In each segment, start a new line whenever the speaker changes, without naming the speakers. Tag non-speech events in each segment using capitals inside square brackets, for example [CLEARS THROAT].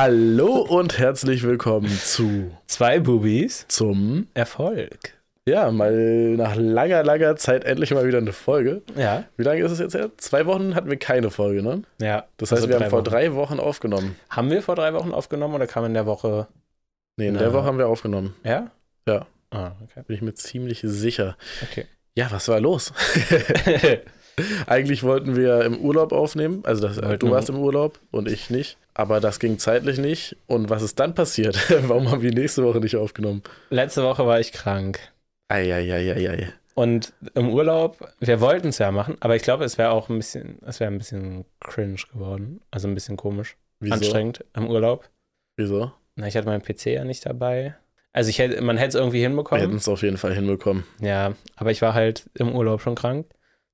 Hallo und herzlich willkommen zu
Zwei Bubis
zum
Erfolg.
ja mal nach langer langer Zeit endlich mal wieder eine Folge.
Ja.
Wie lange ist es jetzt her? Zwei Wochen hatten wir keine Folge, ne?
Ja.
Das heißt,
Also
wir haben vor
Wochen.
drei Wochen aufgenommen.
Haben wir vor drei Wochen aufgenommen oder kam in der Woche.
Nee, in
Na.
der Woche haben wir aufgenommen.
Ja?
Ja.
Ah, okay.
Bin ich mir ziemlich sicher.
Okay.
Ja, was war los? [LAUGHS] Eigentlich wollten wir im Urlaub aufnehmen. Also das,
Wollten
du
wir-
warst im Urlaub und ich nicht. Aber das ging zeitlich nicht. Und was ist dann passiert? [LAUGHS] Warum haben wir nächste Woche nicht aufgenommen?
[LAUGHS] Letzte Woche war ich krank.
Eieieiei.
Und im Urlaub, wir wollten es ja machen, aber ich glaube, es wäre auch ein bisschen, es wäre ein bisschen cringe geworden. Also ein bisschen komisch.
Wieso?
Anstrengend im Urlaub.
Wieso?
Na, ich hatte meinen PC ja nicht dabei. Also ich hätte, man hätte es irgendwie
Wir
hinbekommen.
hätten es auf jeden Fall hinbekommen.
Ja, aber ich war halt im Urlaub schon krank.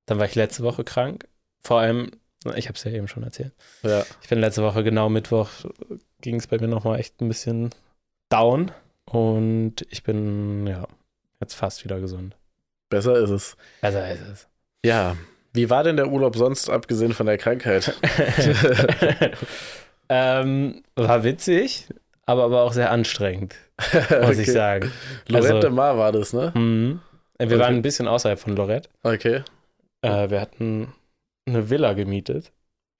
Dann war ich letzte Woche krank. Vor allem, ich habe es ja eben schon erzählt.
Ja.
Ich bin letzte Woche genau Mittwoch, ging es bei mir nochmal echt ein bisschen down. Und ich bin, ja, jetzt fast wieder gesund.
Besser ist es.
Besser ist es.
Ja, wie war denn der Urlaub sonst, abgesehen von der
[LAUGHS]
Krankheit? [LAUGHS]
ähm, war witzig, aber, aber auch sehr anstrengend, muss ich
Okay.
sagen.
Lorette
also-
Mar war das, ne?
Mhm. Wir
Okay.
waren ein bisschen außerhalb von Lorette.
Okay.
Äh, wir hatten eine Villa gemietet.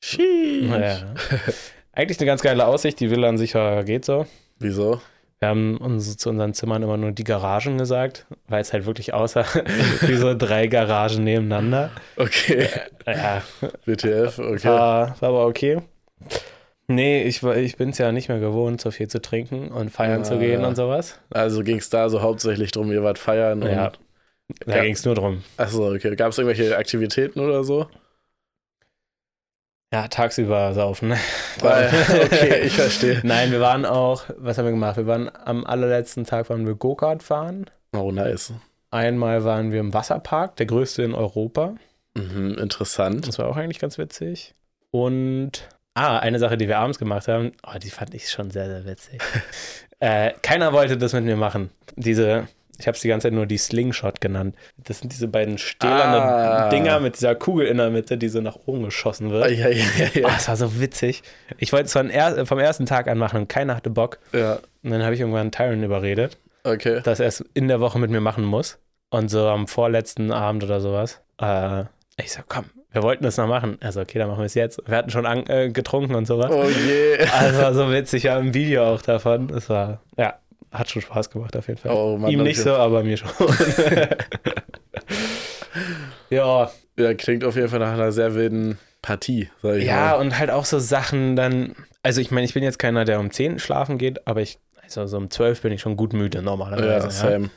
Sheesh. [LAUGHS]
Ja. Eigentlich eine ganz geile Aussicht. Die Villa an sich äh, geht so.
Wieso?
Wir haben uns zu unseren Zimmern immer nur die Garagen gesagt, weil es halt wirklich aussah [LAUGHS] wie so drei Garagen nebeneinander.
Okay.
[LAUGHS] Ja,
WTF, okay.
war, war aber okay. Nee, ich, war- ich bin es ja nicht mehr gewohnt, so viel zu trinken und feiern zu
Ah.
gehen und sowas.
Also ging es da so hauptsächlich drum, ihr wart feiern und.
Ja.
Ja.
Da
Ja.
ging es nur drum.
Achso, okay. Gab es irgendwelche Aktivitäten oder so?
Ja, tagsüber saufen. [LAUGHS]
Weil, okay, ich verstehe.
Nein, wir waren auch, was haben wir gemacht? Wir waren am allerletzten Tag, waren wir Go-Kart fahren.
Oh, nice.
Einmal waren wir im Wasserpark, der größte in Europa.
Mhm, interessant.
Das war auch eigentlich ganz witzig. Und, ah, eine Sache, die wir abends gemacht haben, oh, die fand ich schon sehr, sehr witzig. äh, keiner wollte das mit mir machen. Diese, ich habe es die ganze Zeit nur die Slingshot genannt. Das sind diese beiden stählernen
Ah.
Dinger mit dieser Kugel in der Mitte, die so nach oben geschossen wird.
Ja, ja, ja,
Oh,
ja.
das war so witzig. Ich wollte es von er, vom ersten Tag an machen und keiner hatte Bock.
ja.
Und dann habe ich irgendwann Tyron überredet,
Okay.
dass er es in der Woche mit mir machen muss. Und so am vorletzten Abend oder sowas. Äh, ich so, komm, wir wollten das noch machen. Also, okay, dann machen wir es jetzt. Wir hatten schon an, äh, getrunken und sowas.
Oh je.
[LAUGHS] Also war so witzig, ja, im Video auch davon. Es war, ja, hat schon Spaß gemacht auf jeden Fall.
Oh Mann.
Ihm
okay.
nicht so, aber mir schon. [LAUGHS] ja,
Ja, klingt auf jeden Fall nach einer sehr wilden Partie, sag ich
ja,
mal.
und halt auch so Sachen dann. Also, ich meine, ich bin jetzt keiner, der um 10 schlafen geht, aber ich, also so um 12 bin ich schon gut müde normalerweise.
Ja,
Also, Ja,
same.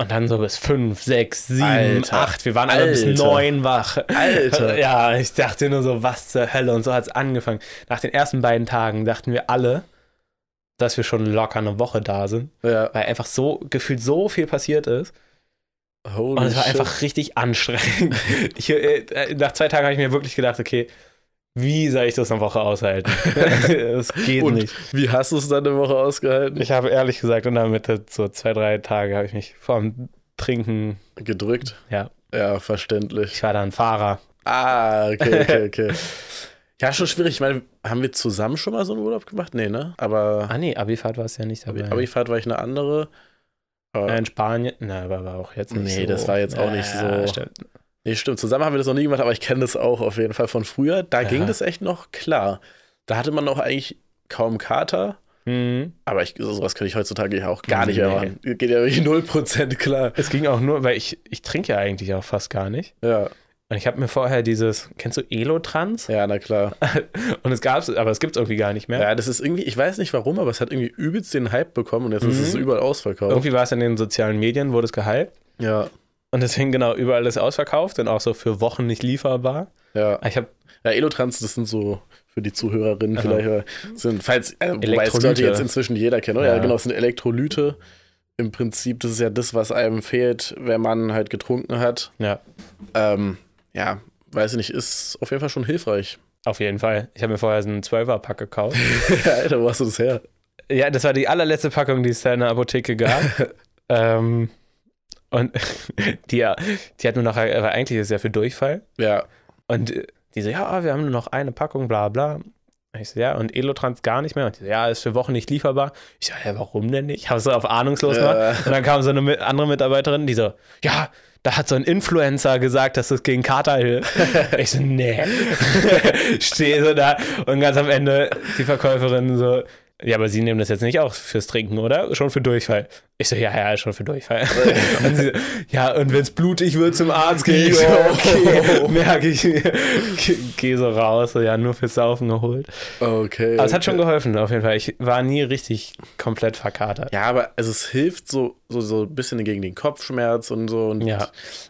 Und dann so bis fünf, sechs, sieben,
Alter.
acht. Wir waren alle bis
Alter.
neun wach.
Alter.
[LAUGHS] Ja, ich dachte nur so, was zur Hölle? Und so hat es angefangen. Nach den ersten beiden Tagen dachten wir alle, dass wir schon locker eine Woche da sind,
Ja.
weil einfach so gefühlt so viel passiert ist.
Holy
Und es war
shit.
einfach richtig anstrengend. [LAUGHS] Ich, äh, nach zwei Tagen habe ich mir wirklich gedacht, okay, wie soll ich das eine
[LAUGHS]
Woche aushalten? das geht
Und
nicht.
Wie hast du es dann eine Woche ausgehalten?
Ich habe ehrlich gesagt in der Mitte so zwei, drei Tage habe ich mich vom Trinken
Gedrückt.
Ja.
Ja, verständlich.
Ich war dann Fahrer.
Ah, okay,
[LAUGHS]
okay, okay. ja, schon schwierig. Ich meine, haben wir zusammen schon mal so einen Urlaub gemacht? Nee, ne? Aber
Ah nee, Abifahrt war es ja nicht dabei.
Abi- Abifahrt war ich eine andere. Aber,
Ja, in Spanien. Na, aber war auch jetzt nicht
Nee,
so.
das war jetzt auch nicht so.
stimmt.
Nee, stimmt. Zusammen haben wir das noch nie gemacht, aber ich kenne das auch auf jeden Fall von früher. Da
Ja.
ging das echt noch klar. Da hatte man auch eigentlich kaum Kater.
Mhm.
Aber ich, sowas könnte ich heutzutage ja auch gar nicht
Nee.
mehr machen. Geht ja wirklich 0% klar.
Es ging auch nur, weil ich, ich trinke ja eigentlich auch fast gar nicht.
Ja,
Und ich habe mir vorher dieses, kennst du Elotrans?
ja, na klar.
Und es gab's, aber es gibt's irgendwie gar nicht mehr.
Ja, das ist irgendwie, ich weiß nicht warum, aber es hat irgendwie übelst den Hype bekommen und jetzt ist es
Mhm.
überall ausverkauft.
Irgendwie war es in den sozialen Medien, wurde es gehypt.
Ja,
Und deswegen genau überall ist ausverkauft und auch so für Wochen nicht lieferbar.
ja.
Ich habe
Ja, Elotrans, das sind so für die Zuhörerinnen
Aha.
vielleicht, äh, sind, falls, äh, wobei es
Elektrolyte.
sollte jetzt inzwischen jeder kennen, oder? Ja.
Ja.
genau, es sind Elektrolyte. Im Prinzip, das ist ja das, was einem fehlt, wenn man halt getrunken hat.
Ja.
Ähm, ja, weiß ich nicht, ist auf jeden Fall schon hilfreich.
[LAUGHS] auf jeden Fall, ich habe mir vorher so einen 12er-Pack gekauft.
Alter, wo hast du das her?
Ja, das war die allerletzte Packung, die es da in der Apotheke gab. ähm, und [LAUGHS] die, ja- die hat nur noch, weil eigentlich ist es ja für Durchfall.
Ja,
Und äh, die so, ja, wir haben nur noch eine Packung, bla bla. Ich so, ja, und Elotrans gar nicht mehr. Und die so, ja, ist für Wochen nicht lieferbar. Ich so, ja, warum denn nicht? Ich habe so auf ahnungslos
Äh.
gemacht. Und dann kam so eine mi- andere Mitarbeiterin, die so, ja, da hat so ein Influencer gesagt, dass das gegen Kater hilft. ich so, nee. [LAUGHS] Stehe so da und ganz am Ende die Verkäuferin so, ja, aber Sie nehmen das jetzt nicht auch fürs Trinken, oder? Schon für Durchfall. Ich so, ja, ja, schon für Durchfall. [LAUGHS] und sie so, ja, und wenn's blutig wird, zum Arzt gehen. Ich so,
Jo.
[LAUGHS] okay, merke ich mir. Ge- Geh so raus, so, ja, nur fürs Saufen geholt.
Okay.
Aber es hat
okay.
schon geholfen, auf jeden Fall. Ich war nie richtig komplett verkatert.
Ja, aber also es hilft so, so, so ein bisschen gegen den Kopfschmerz und so. Und,
Ja.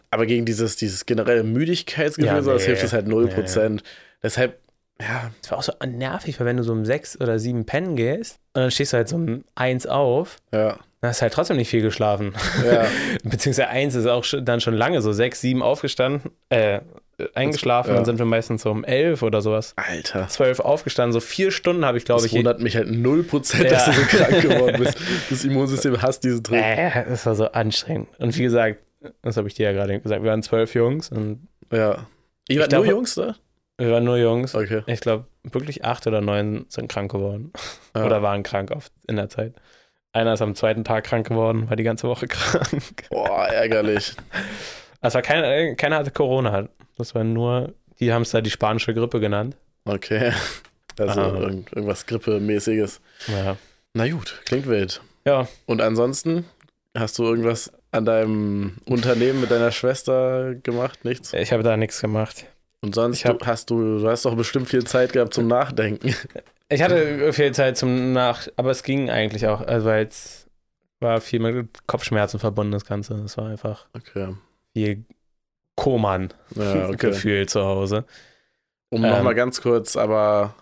Aber gegen dieses, dieses generelle Müdigkeitsgefühl,
Ja,
so, das
nee.
hilft es halt 0%. Deshalb, ja,
Es war auch so nervig, weil wenn du so um sechs oder sieben pennen gehst und dann stehst du halt so um eins auf,
ja,
dann hast du halt trotzdem nicht viel geschlafen. [LAUGHS]
ja.
Beziehungsweise eins ist auch schon, dann schon lange, so sechs, sieben aufgestanden, äh, eingeschlafen,
Ja.
dann sind wir meistens so um elf oder sowas.
Alter.
Zwölf aufgestanden, so vier Stunden habe ich, glaube
Das
ich.
wundert mich halt 0%, dass
Ja.
du so
[LAUGHS]
krank geworden bist. Das Immunsystem hasst diesen Trick.
Äh, das war so anstrengend. Und wie gesagt, das habe ich dir ja gerade gesagt, wir waren zwölf Jungs und
Ja. Ihr wart nur
glaube-
Jungs, ne?
wir waren nur Jungs.
Okay.
Ich glaube, wirklich acht oder neun sind krank geworden.
Ja.
Oder waren krank auf, in der Zeit. Einer ist am zweiten Tag krank geworden, war die ganze Woche [LAUGHS] krank. Also
Boah, ärgerlich.
Es war keiner, keiner hatte Corona. Das war nur, die haben es da die spanische Grippe genannt.
Okay. Also
Ah.
irgend, irgendwas Grippemäßiges.
Ja.
Na gut, klingt wild.
Ja,
Und ansonsten, hast du irgendwas an deinem Unternehmen mit deiner Schwester gemacht? Nichts?
ich habe da nichts gemacht.
Und sonst
Ich hab-
du- hast du, du hast doch bestimmt viel Zeit gehabt zum Nachdenken.
Ich hatte viel Zeit zum Nach, aber es ging eigentlich auch, also weil es war viel mit Kopfschmerzen verbunden, das Ganze. Es war einfach
Okay.
viel Koman-Gefühl
Ja, Ah,
[LAUGHS]
okay.
zu Hause.
Um
Ähm.
nochmal ganz kurz aber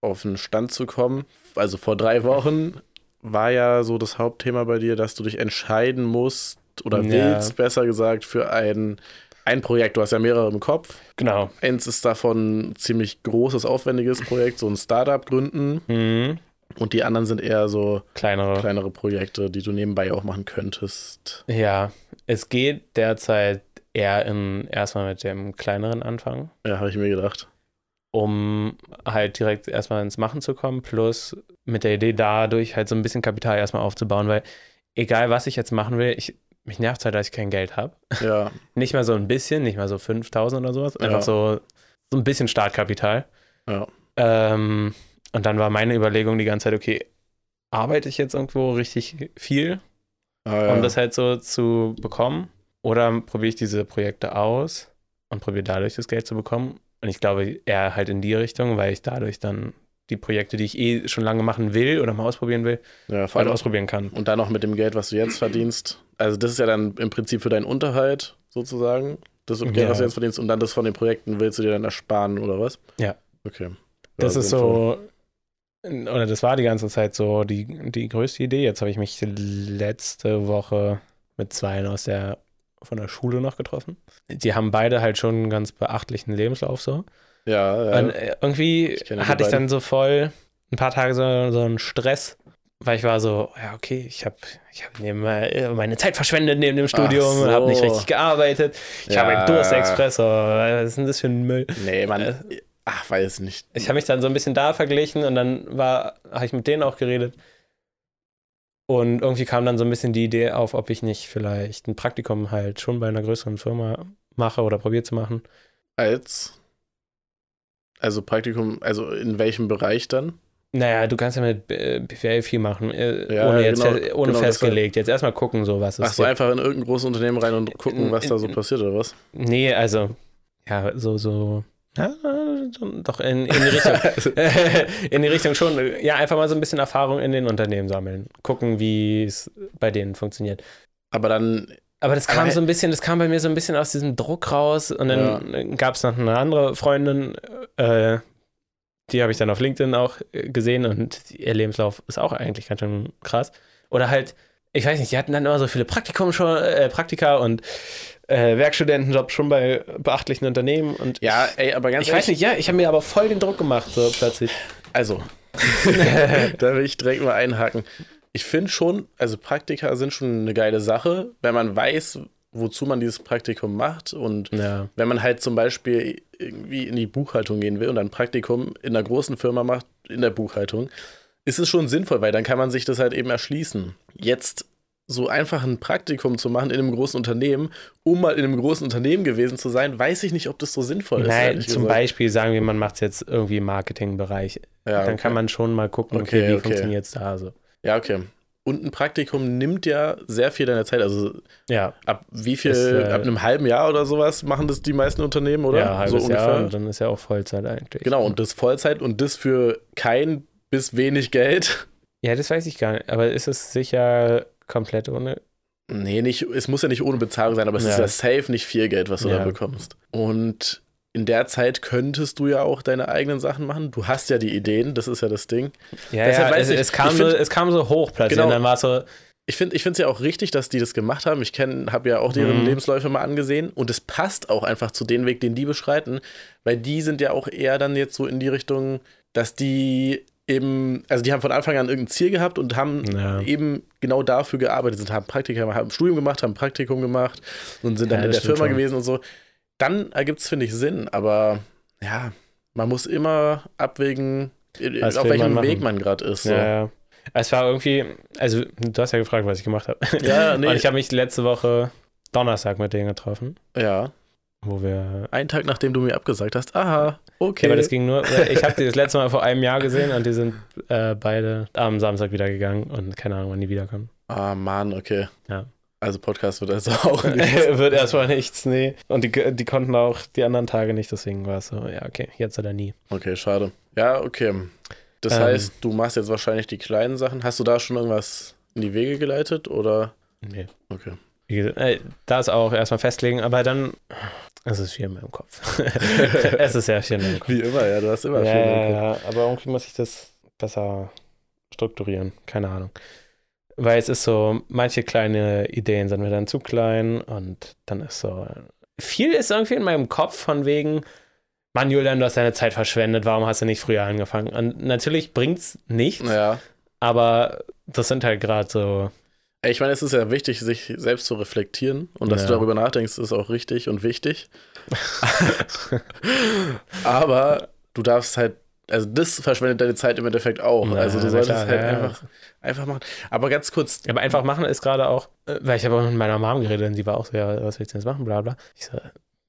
auf den Stand zu kommen. Also vor drei Wochen war ja so das Hauptthema bei dir, dass du dich entscheiden musst oder
Ja.
willst, besser gesagt, für ein, ein Projekt. Du hast ja mehrere im Kopf.
Genau.
Eins ist davon ein ziemlich großes, aufwendiges Projekt, so ein Startup gründen.
Mhm.
Und die anderen sind eher so
Kleinere.
kleinere Projekte, die du nebenbei auch machen könntest.
Ja, es geht derzeit eher in, erstmal mit dem kleineren Anfang.
Ja, habe ich mir gedacht.
um halt direkt erstmal ins Machen zu kommen, plus mit der Idee dadurch halt so ein bisschen Kapital erstmal aufzubauen, weil egal was ich jetzt machen will, ich, mich nervt halt, dass ich kein Geld habe.
Ja,
Nicht mal so ein bisschen, nicht mal so 5000 oder sowas, einfach
Ja.
so, so ein bisschen Startkapital.
Ja.
Ähm, und dann war meine Überlegung die ganze Zeit, okay, arbeite ich jetzt irgendwo richtig viel
ah, ja.
um das halt so zu bekommen. Oder probiere ich diese Projekte aus und probiere dadurch das Geld zu bekommen. Und ich glaube eher halt in die Richtung, weil ich dadurch dann die Projekte, die ich eh schon lange machen will oder mal ausprobieren will,
ja, vor
halt
allem
ausprobieren kann.
Und dann noch mit dem Geld, was du jetzt verdienst. Also, das ist ja dann im Prinzip für deinen Unterhalt sozusagen. Das Geld,
Ja.
was du jetzt verdienst. Und dann das von den Projekten willst du dir dann ersparen oder was?
Ja.
Okay. Ja,
Das ist
sinnvoll.
so, oder das war die ganze Zeit so die, die größte Idee. Jetzt habe ich mich letzte Woche mit zweien aus der, von der Schule noch getroffen. Die haben beide halt schon einen ganz beachtlichen Lebenslauf so.
Ja, ja.
Und äh, irgendwie
Ich kenne die
hatte ich
beiden.
dann so voll ein paar Tage so, so einen Stress, weil ich war so, ja, okay, ich habe ich hab nebenbei, äh, meine Zeit verschwendet neben dem Studium
so.
und habe nicht richtig gearbeitet. Ich habe
Ja.
einen Durstexpress, oh, was ist denn das für ein Müll?
nee, man.
Äh.
Ach, weiß nicht.
Ich habe mich dann so ein bisschen da verglichen und dann war, habe ich mit denen auch geredet. Und irgendwie kam dann so ein bisschen die Idee auf, ob ich nicht vielleicht ein Praktikum halt schon bei einer größeren Firma mache oder probiere zu machen.
Als. Also, Praktikum, also in welchem Bereich dann?
Naja, du kannst ja mit äh, BWL viel machen, äh,
Ja,
ohne,
ja,
jetzt,
genau,
fe- ohne
genau,
festgelegt. Jetzt erstmal gucken, so was
Ach
ist.
so, einfach in irgendein großes Unternehmen rein und gucken, was da so
In- in-
passiert oder was?
nee, also, ja, so, so. Ja, doch in, in die Richtung.
[LAUGHS]
in die Richtung [LAUGHS] schon. Ja, einfach mal so ein bisschen Erfahrung in den Unternehmen sammeln. Gucken, wie es bei denen funktioniert.
Aber dann.
Aber das
Aber
kam
hä-
so ein bisschen, das kam bei mir so ein bisschen aus diesem Druck raus und dann gab es noch eine andere Freundin, äh, die habe ich dann auf LinkedIn auch äh, gesehen und ihr Lebenslauf ist auch eigentlich ganz schön krass. Oder halt, ich weiß nicht, die hatten dann immer so viele Praktikum schon, äh, Praktika und äh, Werkstudentenjobs schon bei beachtlichen Unternehmen und
Ja, ey, aber ganz
ich weiß
ehrlich,
nicht, ja, ich habe mir aber voll den Druck gemacht, so plötzlich. [LAUGHS]
Also, da will ich direkt mal einhaken. Ich finde schon, also Praktika sind schon eine geile Sache, wenn man weiß, wozu man dieses Praktikum macht. Und
Ja.
wenn man halt zum Beispiel irgendwie in die Buchhaltung gehen will und ein Praktikum in einer großen Firma macht, in der Buchhaltung, ist es schon sinnvoll, weil dann kann man sich das halt eben erschließen. Jetzt so einfach ein Praktikum zu machen in einem großen Unternehmen, um mal in einem großen Unternehmen gewesen zu sein, weiß ich nicht, ob das so sinnvoll ist.
Nein,
ehrlich
zum
gesagt.
Beispiel sagen wir, man macht es jetzt irgendwie im Marketingbereich.
Ja,
Dann kann
okay.
man schon mal gucken, okay,
Okay,
wie
okay.
funktioniert es da so.
Ja, okay. Und ein Praktikum nimmt ja sehr viel deiner Zeit. Also
Ja,
ab wie viel,
Ist, äh,
ab einem halben Jahr oder sowas machen das die meisten Unternehmen, oder?
ja halbes
so
Jahr und dann ist ja auch Vollzeit eigentlich.
Genau, und das Vollzeit und das für kein bis wenig Geld. [LAUGHS]
Ja, das weiß ich gar nicht. Aber ist es sicher komplett ohne?
Nee, nicht, es muss ja nicht ohne Bezahlung sein, aber es ist
Ja.
ja safe nicht viel Geld, was du
Ja.
da bekommst. Und in der Zeit könntest du ja auch deine eigenen Sachen machen. Du hast ja die Ideen, das ist ja das Ding.
Ja,
Deshalb
ja,
weiß
es,
ich-
es, kam
ich
so,
find-
es kam so hoch platziert.
Genau.
Dann war es so,
Ich finde es ja auch richtig, dass die das gemacht haben. Ich habe ja auch deren
Mhm.
Lebensläufe mal angesehen und es passt auch einfach zu dem Weg, den die beschreiten, weil die sind ja auch eher dann jetzt so in die Richtung, dass die eben, also die haben von Anfang an irgendein Ziel gehabt und haben
Ja.
eben genau dafür gearbeitet sind, haben Praktika, haben Studium gemacht, haben Praktikum gemacht und sind dann
Ja,
in
das
der
stimmt
Firma
schon.
gewesen und so. Dann ergibt es, finde ich, Sinn, aber ja, man muss immer abwägen, i-
Was
auf
will
welchem
man
Weg
machen?
man gerade ist. So.
ja, ja. Es war irgendwie, also du hast ja gefragt, was ich gemacht habe.
Ja, nee.
Und ich habe mich letzte Woche Donnerstag mit denen getroffen,
ja.
wo wir
Einen Tag nachdem du mir abgesagt hast, aha, okay.
Ja, aber das ging nur, weil ich habe die das letzte Mal vor einem Jahr gesehen und die sind äh, beide am Samstag wieder gegangen und keine Ahnung, wann die wiederkommen.
ah, Mann, okay.
Ja.
Also Podcast wird also [LAUGHS] auch nicht.
Äh, [LAUGHS] Wird erstmal nichts, nee. Und die, die konnten auch die anderen Tage nicht, deswegen war es so, ja, okay, jetzt oder nie.
Okay, schade. Ja, okay. Das
Ähm.
heißt, du machst jetzt wahrscheinlich die kleinen Sachen. Hast du da schon irgendwas in die Wege geleitet oder?
Nee. [LAUGHS]
Okay.
Wie gesagt, äh, das auch erstmal festlegen, aber dann, es ist viel in meinem Kopf. [LAUGHS] es ist sehr viel in meinem Kopf.
Wie immer, ja, du hast immer
Ja,
viel
ja,
im Kopf.
ja, aber irgendwie muss ich das besser strukturieren. Keine Ahnung. Weil es ist so, manche kleine Ideen sind mir dann zu klein und dann ist so. Viel ist irgendwie in meinem Kopf von wegen, Mann, Julian, du hast deine Zeit verschwendet, warum hast du nicht früher angefangen? Und natürlich bringt's nichts,
Ja.
aber das sind halt gerade so.
Ey, Ich meine, es ist ja wichtig, sich selbst zu reflektieren und dass
Ja.
du darüber nachdenkst, ist auch richtig und wichtig.
[LAUGHS]
Aber du darfst halt, also das verschwendet deine Zeit im Endeffekt auch.
Ja,
also du
na
solltest
klar,
halt
ja, ja.
einfach, einfach machen. Aber ganz kurz,
Aber einfach machen ist gerade auch, äh, weil ich habe auch mit meiner Mom geredet und sie war auch so, ja, was willst du jetzt machen, bla bla. Ich so,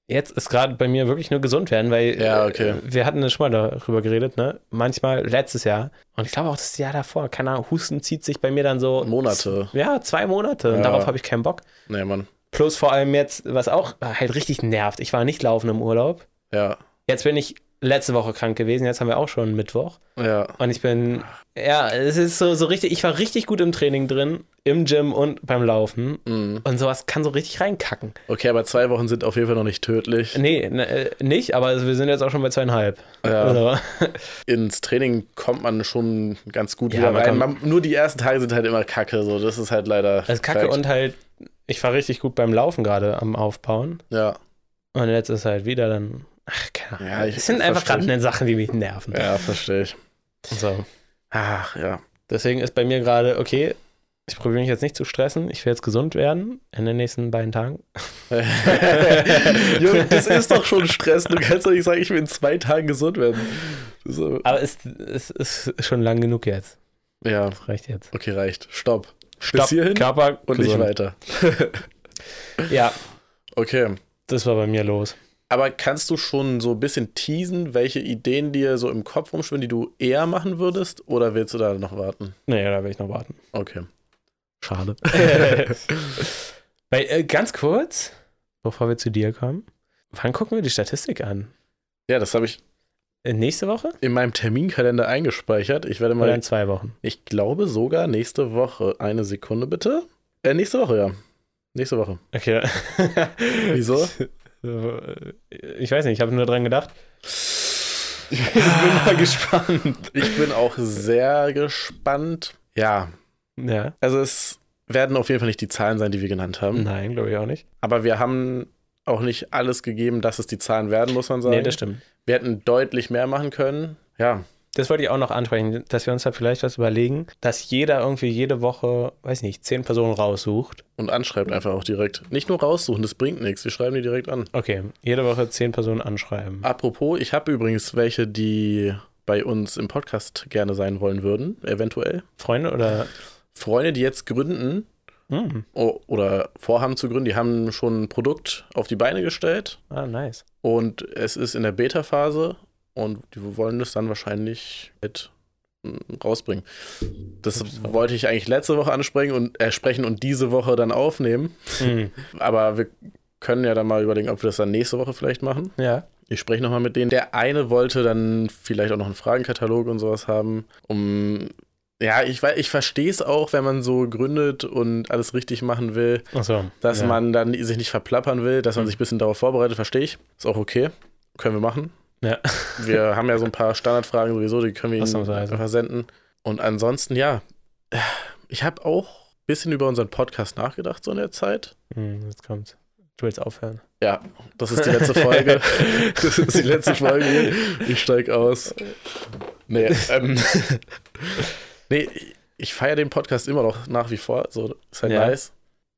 jetzt ist gerade bei mir wirklich nur gesund werden, weil
Ja, okay.
äh, wir hatten das schon mal darüber geredet, ne? Manchmal letztes Jahr und ich glaube auch das Jahr davor, keine Ahnung, Husten zieht sich bei mir dann so
Monate.
z- Ja, zwei Monate und
Ja.
darauf habe ich keinen Bock.
Nee, Mann.
Plus vor allem jetzt, was auch halt richtig nervt, ich war nicht laufen im Urlaub.
Ja.
Jetzt bin ich letzte Woche krank gewesen, jetzt haben wir auch schon Mittwoch.
Ja.
Und ich bin, ja, es ist so, so richtig, ich war richtig gut im Training drin, im Gym und beim Laufen.
Mhm.
Und sowas kann so richtig reinkacken.
Okay, aber zwei Wochen sind auf jeden Fall noch nicht tödlich.
Nee, ne, äh, nicht, aber wir sind jetzt auch schon bei zweieinhalb.
Ja.
Also,
Ins Training kommt man schon ganz gut
Ja,
wieder
man
rein. Man, nur die ersten Tage sind halt immer kacke. So, das ist halt leider.
also Kacke
Fakt.
und halt, ich war richtig gut beim Laufen gerade am Aufbauen.
Ja.
Und jetzt ist halt wieder dann, ach, keine Ahnung.
Ja, ich-
es sind
ich
einfach gerade
verstehe.
Sachen, die mich nerven.
Ja, verstehe ich.
So.
Ach, ja.
Deswegen ist bei mir gerade, okay, ich probiere mich jetzt nicht zu stressen, ich will jetzt gesund werden in den nächsten beiden Tagen.
[LAUGHS] Junge, das ist doch schon Stress. Du kannst doch nicht sagen, ich will in zwei Tagen gesund werden. So.
Aber es, es ist schon lang genug jetzt.
Ja,
Das reicht jetzt.
okay, reicht. Stopp.
Stopp,
hierhin
Körper
Und
gesund.
nicht weiter.
Ja,
Okay.
das war bei mir los.
Aber kannst du schon so ein bisschen teasen, welche Ideen dir so im Kopf rumschwimmen, die du eher machen würdest? Oder willst du da noch warten?
Naja, da will ich noch [LAUGHS] warten.
Okay. Schade.
Weil, äh, ganz kurz, bevor wir zu dir kommen, wann gucken wir die Statistik an?
Ja, das habe ich
Äh, nächste Woche
in meinem Terminkalender eingespeichert. Ich werde
oder
mal,
in zwei Wochen?
ich glaube sogar nächste Woche. Eine Sekunde bitte. Äh, nächste Woche, ja. Nächste Woche.
Okay.
[LAUGHS] Wieso?
Ich weiß nicht, ich habe nur dran gedacht. [LAUGHS] Ich bin mal gespannt.
Ich bin auch sehr gespannt. Ja,
Ja.
also es werden auf jeden Fall nicht die Zahlen sein, die wir genannt haben.
Nein, glaube ich auch nicht.
Aber wir haben auch nicht alles gegeben, dass es die Zahlen werden, muss man sagen.
Nee, das stimmt.
wir hätten deutlich mehr machen können. Ja,
das wollte ich auch noch ansprechen, dass wir uns da vielleicht was überlegen, dass jeder irgendwie jede Woche, weiß nicht, zehn Personen raussucht.
Und anschreibt einfach auch direkt. Nicht nur raussuchen, das bringt nichts. Wir schreiben die direkt an.
Okay, jede Woche zehn Personen
Ah.
anschreiben.
Apropos, ich habe übrigens welche, die bei uns im Podcast gerne sein wollen würden, eventuell.
Freunde oder.
Freunde, die jetzt gründen
Mm.
o- oder vorhaben zu gründen, die haben schon ein Produkt auf die Beine gestellt
Ah, nice.
und es ist in der Beta-Phase und die wollen das dann wahrscheinlich mit mm, rausbringen. Das wollte ich eigentlich letzte Woche ansprechen und äh, sprechen und diese Woche dann aufnehmen, [LAUGHS]
Mm.
aber wir können ja dann mal überlegen, ob wir das dann nächste Woche vielleicht machen.
Ja.
Ich spreche nochmal mit denen. Der eine wollte dann vielleicht auch noch einen Fragenkatalog und sowas haben, um. Ja, ich, wei- ich verstehe es auch, wenn man so gründet und alles richtig machen will,
Achso.
dass
ja.
man dann sich nicht verplappern will, dass man
Mhm.
sich ein bisschen darauf vorbereitet, verstehe ich. Ist auch okay. Können wir machen.
Ja.
[LAUGHS] Wir haben ja so ein paar Standardfragen sowieso, die können wir Ihnen
Ausnahmsweise.
versenden. Und ansonsten, ja, ich habe auch ein bisschen über unseren Podcast nachgedacht, so in der Zeit.
Mm, jetzt kommt's. Du willst aufhören.
Ja, das ist die
[LAUGHS]
letzte Folge. [LAUGHS] das ist die letzte Folge hier. Ich steig aus. Nee,
[LAUGHS]
ähm, nee ich feiere den Podcast immer noch nach wie vor. So, ist halt
Ja.
nice.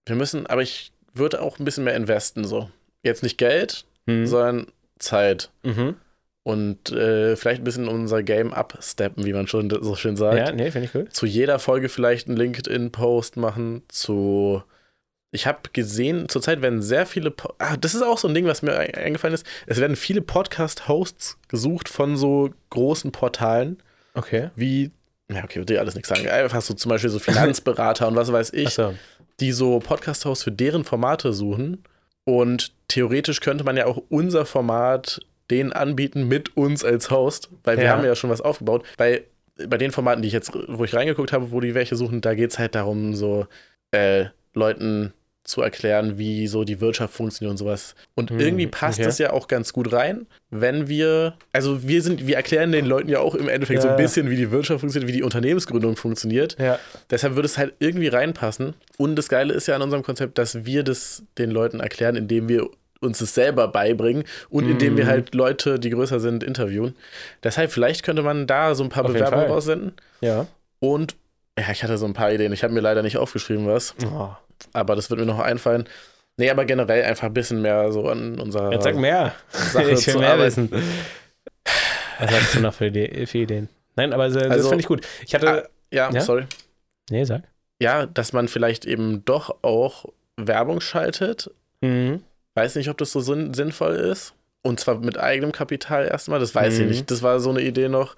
Wir müssen, aber ich würde auch ein bisschen mehr investen. So. Jetzt nicht Geld,
Mhm.
sondern Zeit.
Mhm.
Und äh, vielleicht ein bisschen unser Game upsteppen, wie man schon so schön sagt
Ja, nee, finde ich cool.
zu jeder Folge vielleicht einen LinkedIn-Post machen, zu. Ich habe gesehen, zurzeit werden sehr viele. Po ah, das ist auch so ein Ding, was mir ein- eingefallen ist. Es werden viele Podcast-Hosts gesucht von so großen Portalen
Okay.
wie. Ja, okay, würde dir alles nichts sagen. Einfach so zum Beispiel so Finanzberater und was weiß ich,
Achso.
die so Podcast-Hosts für deren Formate suchen. Und theoretisch könnte man ja auch unser Format denen anbieten mit uns als Host, weil wir
Ja.
haben ja schon was aufgebaut. Bei, bei den Formaten, die ich jetzt, wo ich reingeguckt habe, wo die welche suchen, da geht es halt darum, so äh, Leuten zu erklären, wie so die Wirtschaft funktioniert und sowas. Und
Hm,
irgendwie passt
okay.
das ja auch ganz gut rein, wenn wir, also wir sind, wir erklären den Leuten ja auch im Endeffekt
Ja,
so ein
ja.
bisschen, wie die Wirtschaft funktioniert, wie die Unternehmensgründung funktioniert.
Ja.
Deshalb würde es halt irgendwie reinpassen. Und das Geile ist ja an unserem Konzept, dass wir das den Leuten erklären, indem wir uns das selber beibringen und indem wir
Mhm.
halt Leute, die größer sind, interviewen. Deshalb, vielleicht könnte man da so ein paar
Auf jeden
Bewerbungen
Fall.
raussenden.
Ja.
Und ja, ich hatte so ein paar Ideen. Ich habe mir leider nicht aufgeschrieben, was,
Oh.
aber das wird mir noch einfallen. Nee, aber generell einfach ein bisschen mehr so an unserer
Jetzt sag mehr.
[LAUGHS] Sache
[LAUGHS] ich will
zu
mehr
arbeiten.
wissen. Was hast du noch für, Idee, für Ideen? Nein, aber so- das
Also-
finde ich gut. Ich hatte.
Ja,
Ja?
sorry.
nee, sag.
Ja, dass man vielleicht eben doch auch Werbung schaltet
Mhm.
Weiß nicht, ob das so sinn sinnvoll ist. Und zwar mit eigenem Kapital erstmal, das weiß ich
Mhm.
nicht. Das war so eine Idee noch,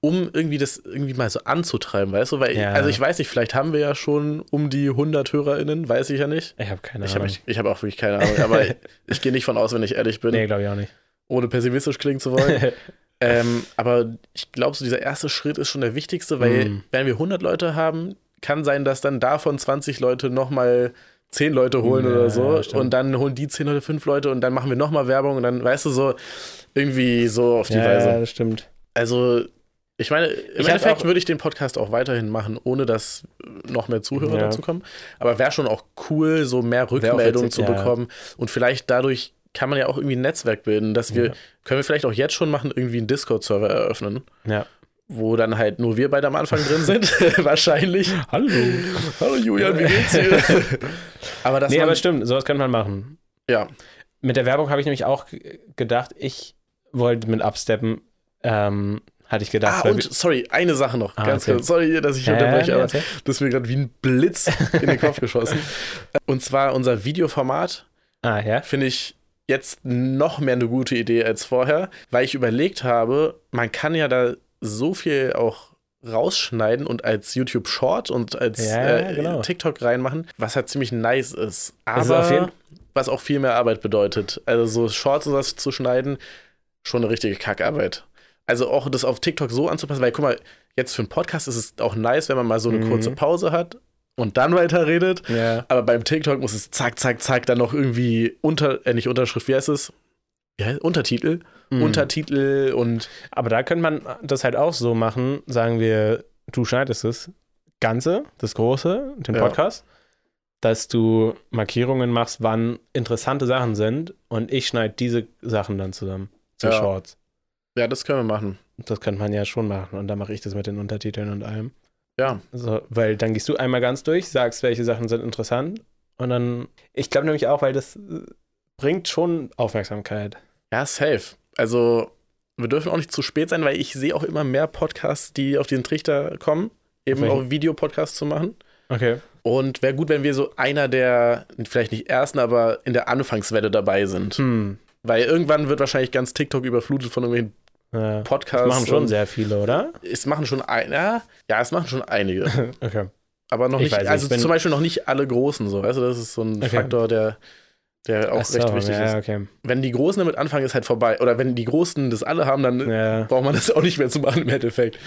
um irgendwie das irgendwie mal so anzutreiben, weißt du? Weil,
Ja.
also ich weiß nicht, vielleicht haben wir ja schon um die 100 HörerInnen, weiß ich ja nicht.
Ich habe keine
Ich habe
Ahnung.
hab auch wirklich keine Ahnung, aber
[LAUGHS]
ich gehe nicht von aus, wenn ich ehrlich bin,
nee, glaube ich auch nicht.
ohne pessimistisch klingen zu wollen.
[LAUGHS]
ähm, aber ich glaube, so dieser erste Schritt ist schon der wichtigste, weil
Mhm.
wenn wir 100 Leute haben, kann sein, dass dann davon 20 Leute nochmal 10 Leute holen
Ja,
oder so.
ja, stimmt.
und dann holen die 10 Leute 5 Leute und dann machen wir nochmal Werbung und dann, weißt du, so irgendwie so auf die
ja, ja,
Weise.
das stimmt.
Also, ich meine, im
Ich hab
Endeffekt
auch-
würde ich den Podcast auch weiterhin machen, ohne dass noch mehr Zuhörer
Ja.
dazu kommen. Aber wäre schon auch cool, so mehr
auch
Rückmeldungen
witzig,
zu
ja.
bekommen. Und vielleicht dadurch kann man ja auch irgendwie ein Netzwerk bilden, dass wir,
Ja.
können wir vielleicht auch jetzt schon machen, irgendwie einen Discord-Server eröffnen,
Ja.
wo dann halt nur wir beide am Anfang drin sind, [LAUGHS]
[LAUGHS]
wahrscheinlich.
Hallo.
[LAUGHS] Hallo Julian, wie geht's dir?
[LAUGHS]
aber das
nee,
man,
aber stimmt, sowas könnte man machen.
ja,
mit der Werbung habe ich nämlich auch g- gedacht, ich wollte mit Upsteppen, ähm, hatte ich gedacht.
Ah,
weil
und
wir-
sorry, eine Sache noch.
Ah,
ganz
okay.
kurz. Sorry, dass ich
Ja,
unterbreche,
ja,
aber
erzähl.
das ist mir gerade wie ein Blitz in den Kopf geschossen. Und zwar unser Videoformat
ah, ja.
finde ich jetzt noch mehr eine gute Idee als vorher, weil ich überlegt habe, man kann ja da so viel auch rausschneiden und als YouTube Short und als
Ja,
äh,
genau.
TikTok reinmachen, was halt ziemlich nice ist.
ist auf jeden-
Aber was auch viel mehr Arbeit bedeutet. Also so Shorts und das zu schneiden, schon eine richtige Kackarbeit. Also auch das auf TikTok so anzupassen, weil guck mal, jetzt für einen Podcast ist es auch nice, wenn man mal so eine
Mhm.
kurze Pause hat und dann [LAUGHS] weiterredet.
Ja.
Aber beim TikTok muss es zack, zack, zack, dann noch irgendwie unter, äh, nicht Unterschrift, wie heißt es? Ja, Untertitel.
Mhm.
Untertitel und
Aber da könnte man das halt auch so machen, sagen wir, du schneidest das Ganze, das Große, den
Ja.
Podcast, dass du Markierungen machst, wann interessante Sachen sind und ich schneide diese Sachen dann zusammen zu
Ja.
Shorts.
ja, das können wir machen.
Das könnte man ja schon machen. Und dann mache ich das mit den Untertiteln und allem.
Ja.
So, weil dann gehst du einmal ganz durch, sagst, welche Sachen sind interessant. Und dann, ich glaube nämlich auch, weil das äh, bringt schon Aufmerksamkeit.
Ja, safe. Also, wir dürfen auch nicht zu spät sein, weil ich sehe auch immer mehr Podcasts, die auf diesen Trichter kommen, eben
Welchen?
auch Videopodcasts zu machen.
Okay.
Und wäre gut, wenn wir so einer der, vielleicht nicht ersten, aber in der Anfangswelle dabei sind.
Hm.
Weil irgendwann wird wahrscheinlich ganz TikTok überflutet von irgendwelchen
Ja.
Podcasts.
Das machen schon
und
sehr
[LAUGHS]
viele, oder?
Es machen schon ein, ja, ja, es machen schon einige.
Okay.
Aber noch
Ich
nicht,
weiß nicht,
also
ich bin-
zum Beispiel noch nicht alle Großen so, weißt du, das ist so ein
Okay.
Faktor, der, der auch
Ach so,
recht wichtig
ja,
ist.
okay.
Wenn die Großen damit anfangen, ist halt vorbei. Oder wenn die Großen das alle haben, dann
Ja.
braucht man das auch nicht mehr zu machen im Endeffekt.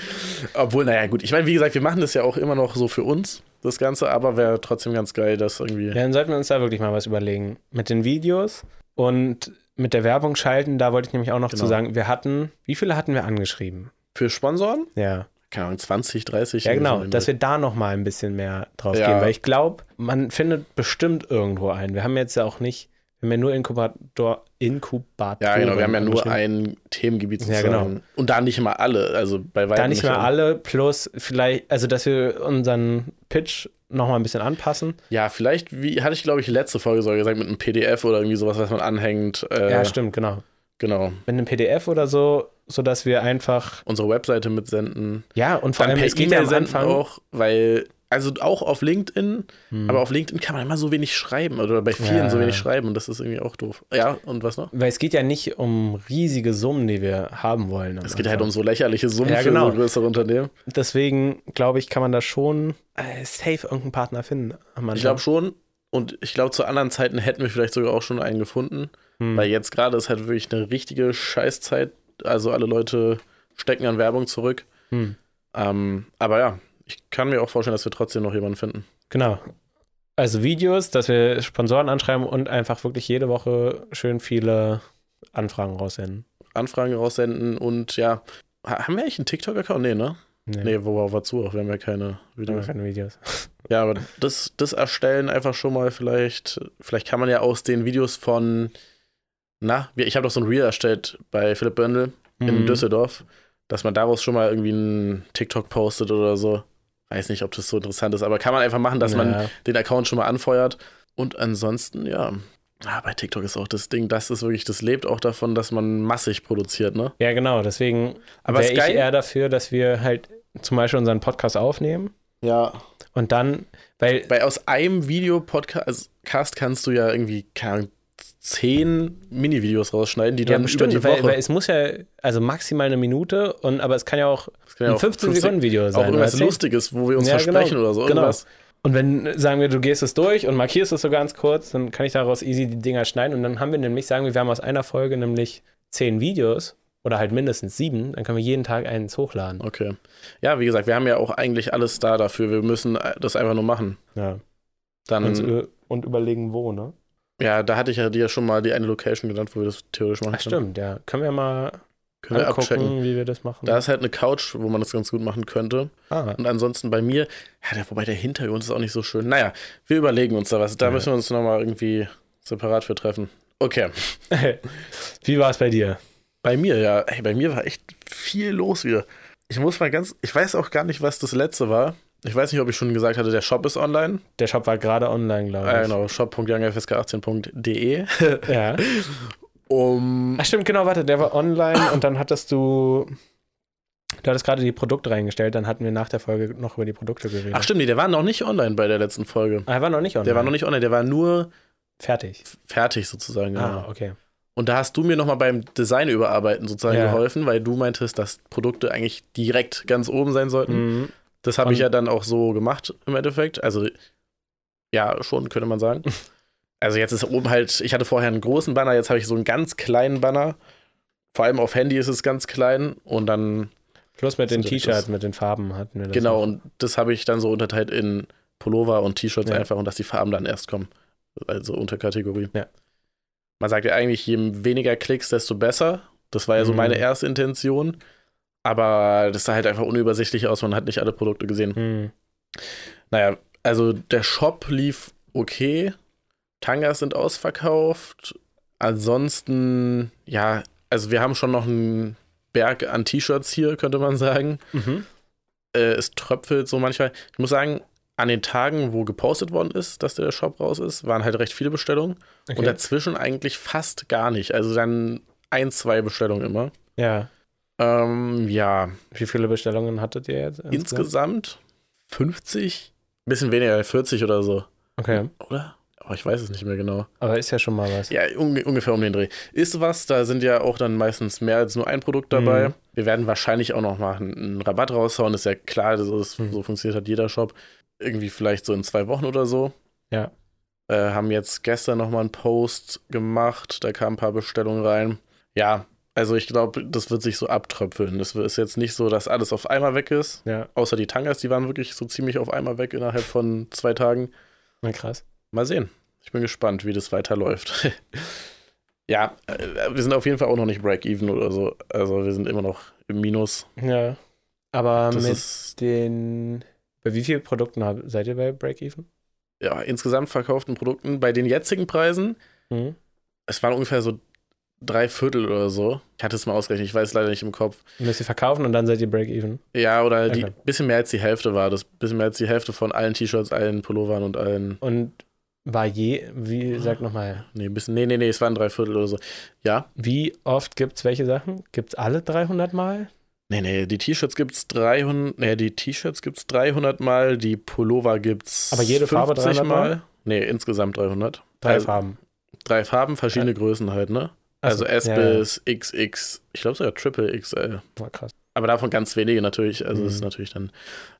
Obwohl, naja, gut. Ich meine, wie gesagt, wir machen das ja auch immer noch so für uns, das Ganze, aber wäre trotzdem ganz geil, dass irgendwie.
Ja, dann sollten wir uns da wirklich mal was überlegen. Mit den Videos und mit der Werbung schalten, da wollte ich nämlich auch noch
Genau.
zu sagen, wir hatten, wie viele hatten wir angeschrieben?
Für Sponsoren?
Ja,
Keine Ahnung, 20, 30.
ja genau,
irgendwie.
dass wir da noch mal ein bisschen mehr drauf
Ja.
gehen, weil ich glaube, man findet bestimmt irgendwo einen. Wir haben jetzt ja auch nicht, wir haben ja nur Inkubator, Inkubator.
ja, genau. Wir haben ja nur ein Themengebiet
Ja,
sozusagen.
genau.
Und da nicht mal alle. Also bei weitem.
Da nicht mehr alle, plus vielleicht, also dass wir unseren Pitch noch mal ein bisschen anpassen.
Ja, vielleicht, wie hatte ich, glaube ich, letzte Folge sogar gesagt, mit einem PDF oder irgendwie sowas, was man anhängt. Äh,
Ja, stimmt, genau.
Genau.
Mit einem PDF oder so, sodass wir einfach,
Unsere Webseite mitsenden.
ja, und vor allem, es geht ja am
senden
Anfang. Hm.
auch, weil, also auch auf LinkedIn, aber auf LinkedIn kann man immer so wenig schreiben oder bei vielen
Ja.
so wenig schreiben und das ist irgendwie auch doof. Ja, und was noch?
Weil es geht ja nicht um riesige Summen, die wir haben wollen.
Es geht halt um so lächerliche Summen
Ja,
für
genau.
so größere Unternehmen.
Deswegen glaube ich, kann man da schon äh, safe irgendeinen Partner finden. Am
Ich glaube schon. Und ich glaube, zu anderen Zeiten hätten wir vielleicht sogar auch schon einen gefunden.
Hm.
Weil jetzt gerade ist halt wirklich eine richtige Scheißzeit. Also alle Leute stecken an Werbung zurück.
Hm.
Ähm, aber ja, ich kann mir auch vorstellen, dass wir trotzdem noch jemanden finden.
Genau. Also Videos, dass wir Sponsoren anschreiben und einfach wirklich jede Woche schön viele Anfragen raussenden.
Anfragen raussenden und ja. Ha- Haben wir eigentlich einen TikTok-Account? Nee, ne?
Nee,
Nee, worauf wozu auch? Wir haben ja keine
wir haben
Videos.
keine Videos.
Ja, aber das, das erstellen einfach schon mal vielleicht. Vielleicht kann man ja aus den Videos von. Na, wir- ich habe doch so ein Reel erstellt bei Philipp Böndel in
Mhm.
Düsseldorf, dass man daraus schon mal irgendwie einen TikTok postet oder so. Weiß nicht, ob das so interessant ist, aber kann man einfach machen, dass man
Ja.
den Account schon mal anfeuert. Und ansonsten, ja. Ah, bei TikTok ist auch das Ding, das ist wirklich, das lebt auch davon, dass man massig produziert, ne?
Ja, genau. Deswegen
Aber
wäre
ist geil.
ich eher dafür, dass wir halt zum Beispiel unseren Podcast aufnehmen
Ja.
und dann, weil
Weil aus einem Videopodcast kannst du ja irgendwie, keine Ahnung, zehn Mini-Videos rausschneiden, die
Ja,
dann über
bestimmt,
die
weil,
Woche.
weil es muss ja, also maximal eine Minute, und, aber es kann ja auch
Das kann ja
ein
auch
15-Sekunden-Video
Auch
sein.
irgendwas
oder 10.
Lustiges, wo wir uns
Ja, genau,
versprechen oder so.
genau.
Irgendwas.
Und wenn, äh, sagen wir, du gehst es durch und markierst es so ganz kurz, dann kann ich daraus easy die Dinger schneiden und dann haben wir nämlich, sagen wir, wir haben aus einer Folge nämlich zehn Videos oder halt mindestens sieben, dann können wir jeden Tag eins hochladen.
Okay. Ja, wie gesagt, wir haben ja auch eigentlich alles da dafür. Wir müssen äh, das einfach nur machen.
Ja.
Dann,
Und, äh, und überlegen, wo, ne?
ja, da hatte ich ja dir schon mal die eine Location genannt, wo wir das theoretisch machen
Ach, stimmt, ja. Können wir mal
Können wir
angucken,
abchecken.
wie wir das machen.
Da ist halt eine Couch, wo man das ganz gut machen könnte.
ah, [LAUGHS]
Und ansonsten bei mir, ja, der, wobei der Hintergrund ist auch nicht so schön. Naja, wir überlegen uns da was. Da
Ja.
müssen wir uns nochmal irgendwie separat für treffen. Okay.
wie war es bei dir?
Bei mir, ja. Ey, bei mir war echt viel los wieder. Ich muss mal ganz, ich weiß auch gar nicht, was das letzte war. Ich weiß nicht, ob ich schon gesagt hatte, der Shop ist online.
Der Shop war gerade online, glaube ich.
Äh, genau,
[LAUGHS]
shop.youngfsk18.de.
Ja.
Um,
Ach stimmt, genau, warte, der war online und dann hattest du, du hattest gerade die Produkte reingestellt, dann hatten wir nach der Folge noch über die Produkte geredet.
ach stimmt, nee, der war noch nicht online bei der letzten Folge.
Ah, er war noch nicht online.
Der war noch nicht online, der war nur
fertig.
fertig sozusagen. genau.
Ah, okay.
Und da hast du mir nochmal beim Design überarbeiten sozusagen
Ja.
geholfen, weil du meintest, dass Produkte eigentlich direkt ganz oben sein sollten.
Mhm.
Das habe ich
Und-
ja dann auch so gemacht im Endeffekt. Also, ja, schon, könnte man
[LAUGHS]
sagen. Also, jetzt ist oben halt, ich hatte vorher einen großen Banner, jetzt habe ich so einen ganz kleinen Banner. Vor allem auf Handy ist es ganz klein und dann,
Plus mit den
So direkt
T-Shirts,
das-
mit den Farben hatten wir das.
genau,
noch.
und das habe ich dann so unterteilt in Pullover und T-Shirts
Ja.
einfach und dass die Farben dann erst kommen. Also Unterkategorie.
Ja.
Man sagt ja eigentlich, je weniger Klicks, desto besser. Das war ja so
Mhm.
meine erste Intention. Aber das sah halt einfach unübersichtlich aus, man hat nicht alle Produkte gesehen.
Mhm.
Naja, also der Shop lief okay. Tangas sind ausverkauft. Ansonsten, ja, also wir haben schon noch ein Berg an T-Shirts hier, könnte man sagen.
Mhm.
Äh, es tröpfelt so manchmal. Ich muss sagen, an den Tagen, wo gepostet worden ist, dass der Shop raus ist, waren halt recht viele Bestellungen.
Okay.
Und dazwischen eigentlich fast gar nicht. Also dann ein, zwei Bestellungen immer.
ja.
Ähm, ja,
Wie viele Bestellungen hattet ihr jetzt?
insgesamt 50, bisschen weniger, 40 oder so.
Okay.
Oder? Aber ich weiß es nicht mehr genau.
Aber ist ja schon mal was.
Ja, unge- ungefähr um den Dreh. Ist was, da sind ja auch dann meistens mehr als nur ein Produkt dabei.
Mhm.
Wir werden wahrscheinlich auch noch mal einen einen Rabatt raushauen, ist ja klar, das ist,
Mhm.
so funktioniert halt jeder Shop. Irgendwie vielleicht so in zwei Wochen oder so.
Ja.
Äh, haben jetzt gestern noch mal einen Post gemacht, da kamen ein paar Bestellungen rein. Ja, also ich glaube, das wird sich so abtröpfeln. Das ist jetzt nicht so, dass alles auf einmal weg ist.
Ja,
Außer die Tangas, die waren wirklich so ziemlich auf einmal weg innerhalb von zwei Tagen.
na krass.
Mal sehen. Ich bin gespannt, wie das weiterläuft. [LAUGHS] ja, äh, wir sind auf jeden Fall auch noch nicht Break-Even oder so. Also wir sind immer noch im Minus.
Ja. Aber
Das
mit
ist
den. Bei wie vielen Produkten hab- seid ihr bei Break-Even?
ja insgesamt verkauften Produkten bei den jetzigen Preisen.
Mhm.
Es waren ungefähr so drei Viertel oder so. Ich hatte es mal ausgerechnet, ich weiß leider nicht im Kopf.
Müsst ihr verkaufen und dann seid ihr Break-Even.
Ja, oder die
Okay.
bisschen mehr als die Hälfte war das. Bisschen mehr als die Hälfte von allen T-Shirts, allen Pullovern und allen.
Und war je, wie, sag nochmal,
Nee, ein bisschen. Nee, nee, nee, es waren drei Viertel oder so. Ja,
wie oft gibt's welche Sachen? Gibt's alle 300 Mal?
Nee, nee, die T-Shirts gibt's 300, nee, die T-Shirts gibt's 300 mal, die Pullover gibt's
Aber jede Farbe 300 Mal?
Nee, insgesamt 300.
Drei
Also-
Farben.
Drei Farben, verschiedene Größen halt, ne?
Achso,
Also S
ja, ja.
bis XX, ich glaube sogar Triple XL.
Boah, krass. [LAUGHS]
Aber davon ganz wenige natürlich, also
Mhm.
das ist natürlich dann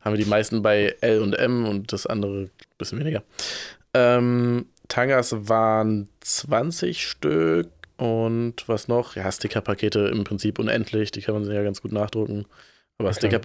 haben wir die meisten bei L und M und das andere ein bisschen weniger. Ähm, Tangas waren 20 Stück und was noch? Ja, Stickerpakete im Prinzip unendlich, die kann man sich ja ganz gut nachdrucken. Aber
Okay.
Sticker,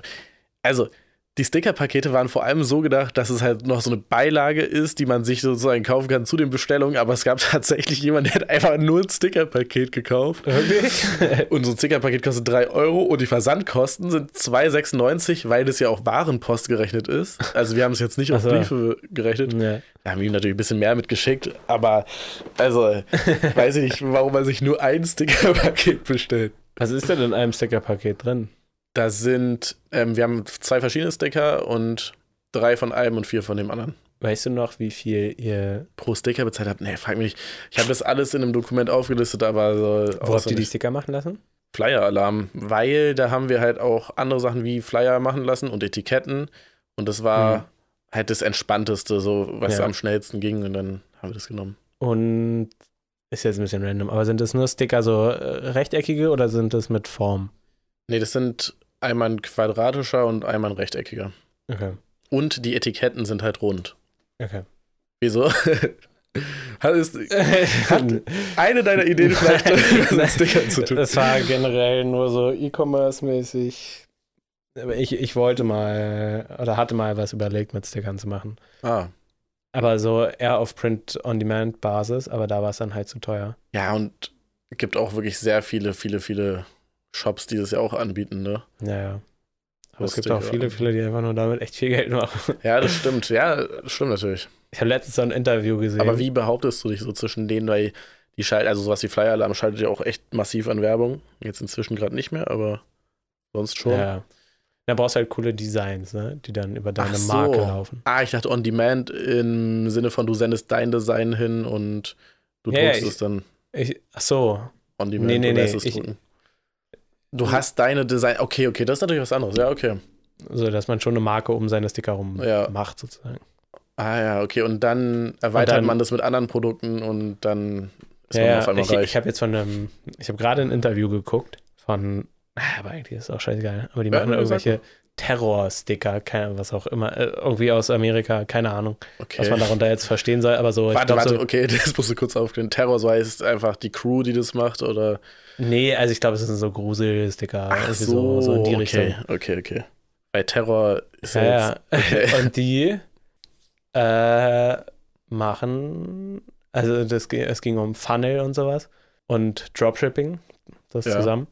also die Stickerpakete waren vor allem so gedacht, dass es halt noch so eine Beilage ist, die man sich sozusagen kaufen kann zu den Bestellungen, aber es gab [LAUGHS] tatsächlich jemanden, der hat einfach nur ein Stickerpaket gekauft.
Wirklich?
Und so ein Stickerpaket kostet 3 Euro und die Versandkosten sind 2,96, weil das ja auch Warenpost gerechnet ist. Also wir haben es jetzt nicht auf
Ach so.
Briefe gerechnet.
ja.
Da haben wir ihm natürlich ein bisschen mehr mitgeschickt, aber also weiß ich nicht, warum er sich nur ein Stickerpaket [LAUGHS] bestellt.
Was ist denn in einem Stickerpaket drin?
Da sind, ähm, wir haben zwei verschiedene Sticker und drei von einem und vier von dem anderen.
Weißt du noch, wie viel ihr.
Pro Sticker bezahlt habt? Nee, frag mich nicht. Ich habe das alles in einem Dokument aufgelistet, aber so.
Wo habt ihr die
auswendig.
Sticker machen lassen?
Flyer-Alarm, weil da haben wir halt auch andere Sachen wie Flyer machen lassen und Etiketten. Und das war
Mhm.
halt das Entspannteste, so was
Ja.
am schnellsten ging. Und dann haben wir das genommen.
Und ist jetzt ein bisschen random, aber sind das nur Sticker so äh, rechteckige oder sind das mit Form?
Nee, das sind einmal ein quadratischer und einmal ein rechteckiger.
Okay.
Und die Etiketten sind halt rund.
[LAUGHS] Okay.
Wieso? [LAUGHS] Hat es eine deiner
[LAUGHS]
Ideen vielleicht mit den Stickern zu tun?
Das war generell nur so E-Commerce-mäßig. Aber ich, ich wollte mal oder hatte mal was überlegt, mit Stickern zu machen.
Ah.
Aber so eher auf Print-on-Demand-Basis, aber da war es dann halt zu teuer.
Ja, und gibt auch wirklich sehr viele, viele, viele Shops, die das ja auch anbieten,
[LAUGHS]
ne?
Ja, ja. Aber es gibt
Lustig,
auch viele,
ja.
viele, die einfach nur damit echt viel Geld machen.
Ja, das stimmt. Ja, das stimmt natürlich.
Ich habe letztens so ein Interview gesehen.
Aber wie behauptest du dich so zwischen denen, weil die schalten, also sowas wie Flyer-Alarm schaltet ja auch echt massiv an Werbung. Jetzt inzwischen gerade nicht mehr, aber sonst schon.
Ja. Da brauchst du halt coole Designs, ne? die dann über deine
Ach so.
Marke laufen.
Ah, ich dachte on demand im Sinne von, du sendest dein Design hin und du
Ja, ja,
druckst
ich-
es dann
Ich, ach so.
on demand
Nee, nee,
du lässt
nee,
es
ich-
drucken. Du hast deine Design. Okay, okay, das ist natürlich was anderes. Ja, okay.
so, Also, dass man schon eine Marke um seine Sticker rum
Ja.
macht, sozusagen.
Ah ja, okay. Und dann erweitert
dann-
man das mit anderen Produkten und dann ist man
ja,
auf
ja.
einmal
ich,
reich.
ich habe jetzt von einem, ich habe gerade ein Interview geguckt von, ah, aber eigentlich ist es auch scheißegal, aber die
Ja,
machen
wie gesagt.
irgendwelche Terror-Sticker, keine, was auch immer, äh, irgendwie aus Amerika, keine Ahnung, was
okay.
man darunter jetzt verstehen soll, aber so, ich
Warte,
glaube
warte,
so,
okay, [LAUGHS] das musst du kurz aufklären. Terror, so heißt einfach die Crew, die das macht, oder?
nee, also ich glaube, es sind so Grusel-Sticker, irgendwie so in die Richtung.
okay, okay, okay. Bei Terror ist ja,
Ja,
jetzt. [LAUGHS]
ja. Und die äh, machen, also das, ge- es ging um Funnel und sowas und Dropshipping, das
Ja.
zusammen.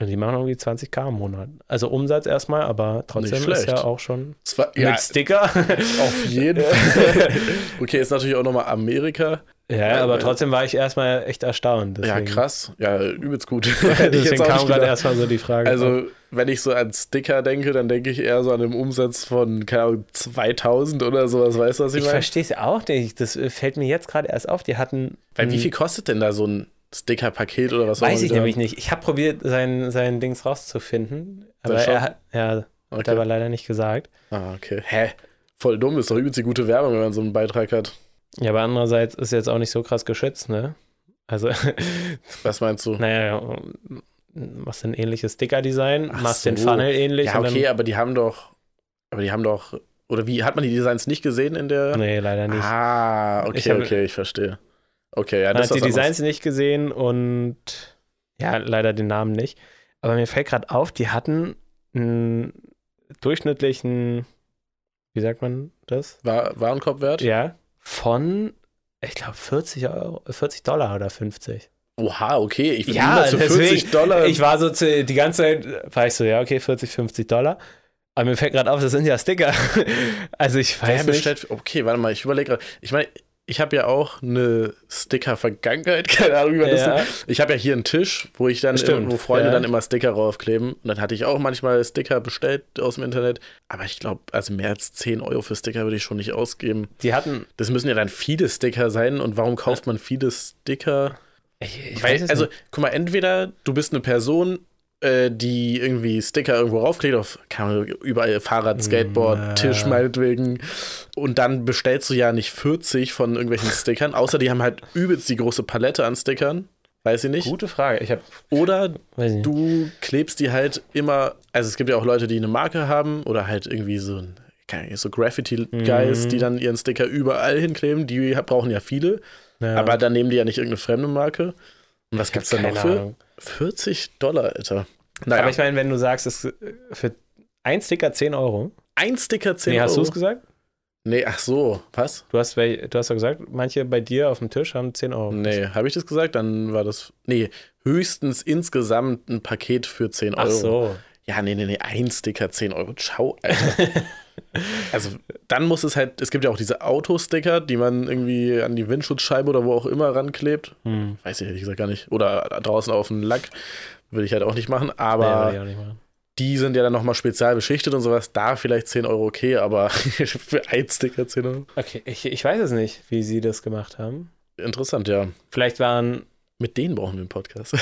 Und die machen irgendwie 20k im Monat. Also Umsatz erstmal, aber trotzdem ist
schlecht.
ja auch schon
Zwar, ja
mit Sticker. [LAUGHS]
auf jeden Fall. okay, ist natürlich auch nochmal Amerika.
Ja, aber trotzdem war ich erstmal echt erstaunt.
Ja,
Deswegen, [LAUGHS]
krass. Ja, übelst gut. Hätte ich jetzt
Deswegen
auch
kam
nicht
gerade
gedacht.
erstmal so die Frage.
Also, wenn ich so an Sticker denke, dann denke ich eher so an einen Umsatz von, keine Ahnung, 2000 oder sowas. Weißt du, was ich,
ich
meine?
verstehe es auch nicht. Das äh, fällt mir jetzt gerade erst auf. Die hatten.
Weil wie
Hm,
viel kostet denn da so ein Sticker-Paket oder was auch
Weiß ich
immer?
nämlich nicht. Ich habe probiert, sein, sein Dings rauszufinden. Aber
Shop?
er hat. Ja, hat
Okay.
aber leider nicht gesagt.
Ah, okay. Hä? Voll dumm, ist doch übelst die gute Werbung, wenn man so einen Beitrag hat.
Ja, aber andererseits ist jetzt auch nicht so krass geschützt, ne? Also, [LAUGHS]
Was meinst du?
naja, machst ein ähnliches Sticker-Design,
Ach
machst den
so.
Funnel ähnlich.
ja,
und
okay, aber die haben doch. Aber die haben doch. Oder wie? Hat man die Designs nicht gesehen in der.
Dann, nee, leider nicht.
Ah, okay,
Ich hab-
okay, ich verstehe. Okay, ja,
Man
das
hat die
ist was anderes.
Designs nicht gesehen und ja, leider den Namen nicht. Aber mir fällt gerade auf, die hatten einen durchschnittlichen, wie sagt man das?
War, Warenkorbwert?
Ja, von, ich glaube, 40 Euro, 40 Dollar oder 50.
Oha, okay. Ich würde
Ja,
niemals für
deswegen,
40 Dollar.
Ich war so zu, die ganze Zeit, war ich so, ja, okay, 40, 50 Dollar. Aber mir fällt gerade auf, das sind ja Sticker. [LAUGHS] Also ich
Wer
weiß nicht.
bestellt. Okay, warte mal, ich überlege gerade. Ich meine, ich habe ja auch eine Sticker-Vergangenheit, [LAUGHS] keine Ahnung, wie man das
Ja.
nennt. Ich habe ja hier einen Tisch, wo ich dann,
Stimmt,
im, wo Freunde
ja.
dann immer Sticker raufkleben. Und dann hatte ich auch manchmal Sticker bestellt aus dem Internet. Aber ich glaube, also mehr als 10 Euro für Sticker würde ich schon nicht ausgeben.
Die hatten,
Das müssen ja dann viele Sticker sein. Und warum kauft man viele Sticker?
ich, ich
Weil,
weiß es
also,
nicht.
guck mal, entweder du bist eine Person, äh, die irgendwie Sticker irgendwo raufklebt, auf keine Ahnung, überall Fahrrad, Skateboard,
Na.
Tisch meinetwegen, und dann bestellst du ja nicht 40 von
[LAUGHS]
irgendwelchen Stickern, außer die haben halt übelst die große Palette an Stickern, weiß ich nicht.
Gute Frage. Ich habe,
Oder
weiß nicht.
du klebst die halt immer, also es gibt ja auch Leute, die eine Marke haben oder halt irgendwie so ein keine Ahnung, so Graffiti-Guys,
Mhm.
die dann ihren Sticker überall hinkleben, die brauchen ja viele,
ja,
aber dann nehmen die ja nicht irgendeine fremde Marke. Und was gibt's denn noch
keine
für?
Ahnung.
40 Dollar, Alter. Naja,
Aber ich meine, wenn du sagst, es ist für ein Sticker 10 Euro.
ein Sticker 10
Nee, hast du
Euro.
es gesagt?
Nee, ach so, was?
Du hast, wel- du hast doch gesagt, manche bei dir auf dem Tisch haben 10 Euro.
Nee, habe ich das gesagt? Dann war das. Nee, höchstens insgesamt ein Paket für 10 Euro.
Ach so.
Ja, nee, nee, nee, ein Sticker 10 Euro. Ciao, Alter.
[LAUGHS]
also, dann muss es halt. Es gibt ja auch diese Autosticker, die man irgendwie an die Windschutzscheibe oder wo auch immer ranklebt.
Hm.
Weiß ich ehrlich gesagt gar nicht. Oder draußen auf den Lack. Würde ich halt auch nicht machen,
Nee,
aber.
würde ich auch nicht machen.
die sind ja dann nochmal spezial beschichtet und sowas. Da vielleicht 10 Euro okay, aber [LAUGHS] für ein Sticker 10 Euro.
Okay, ich, ich weiß es nicht, wie sie das gemacht haben.
Interessant, ja.
Vielleicht
[LAUGHS]
waren.
Mit denen brauchen wir einen
[LAUGHS]
Podcast.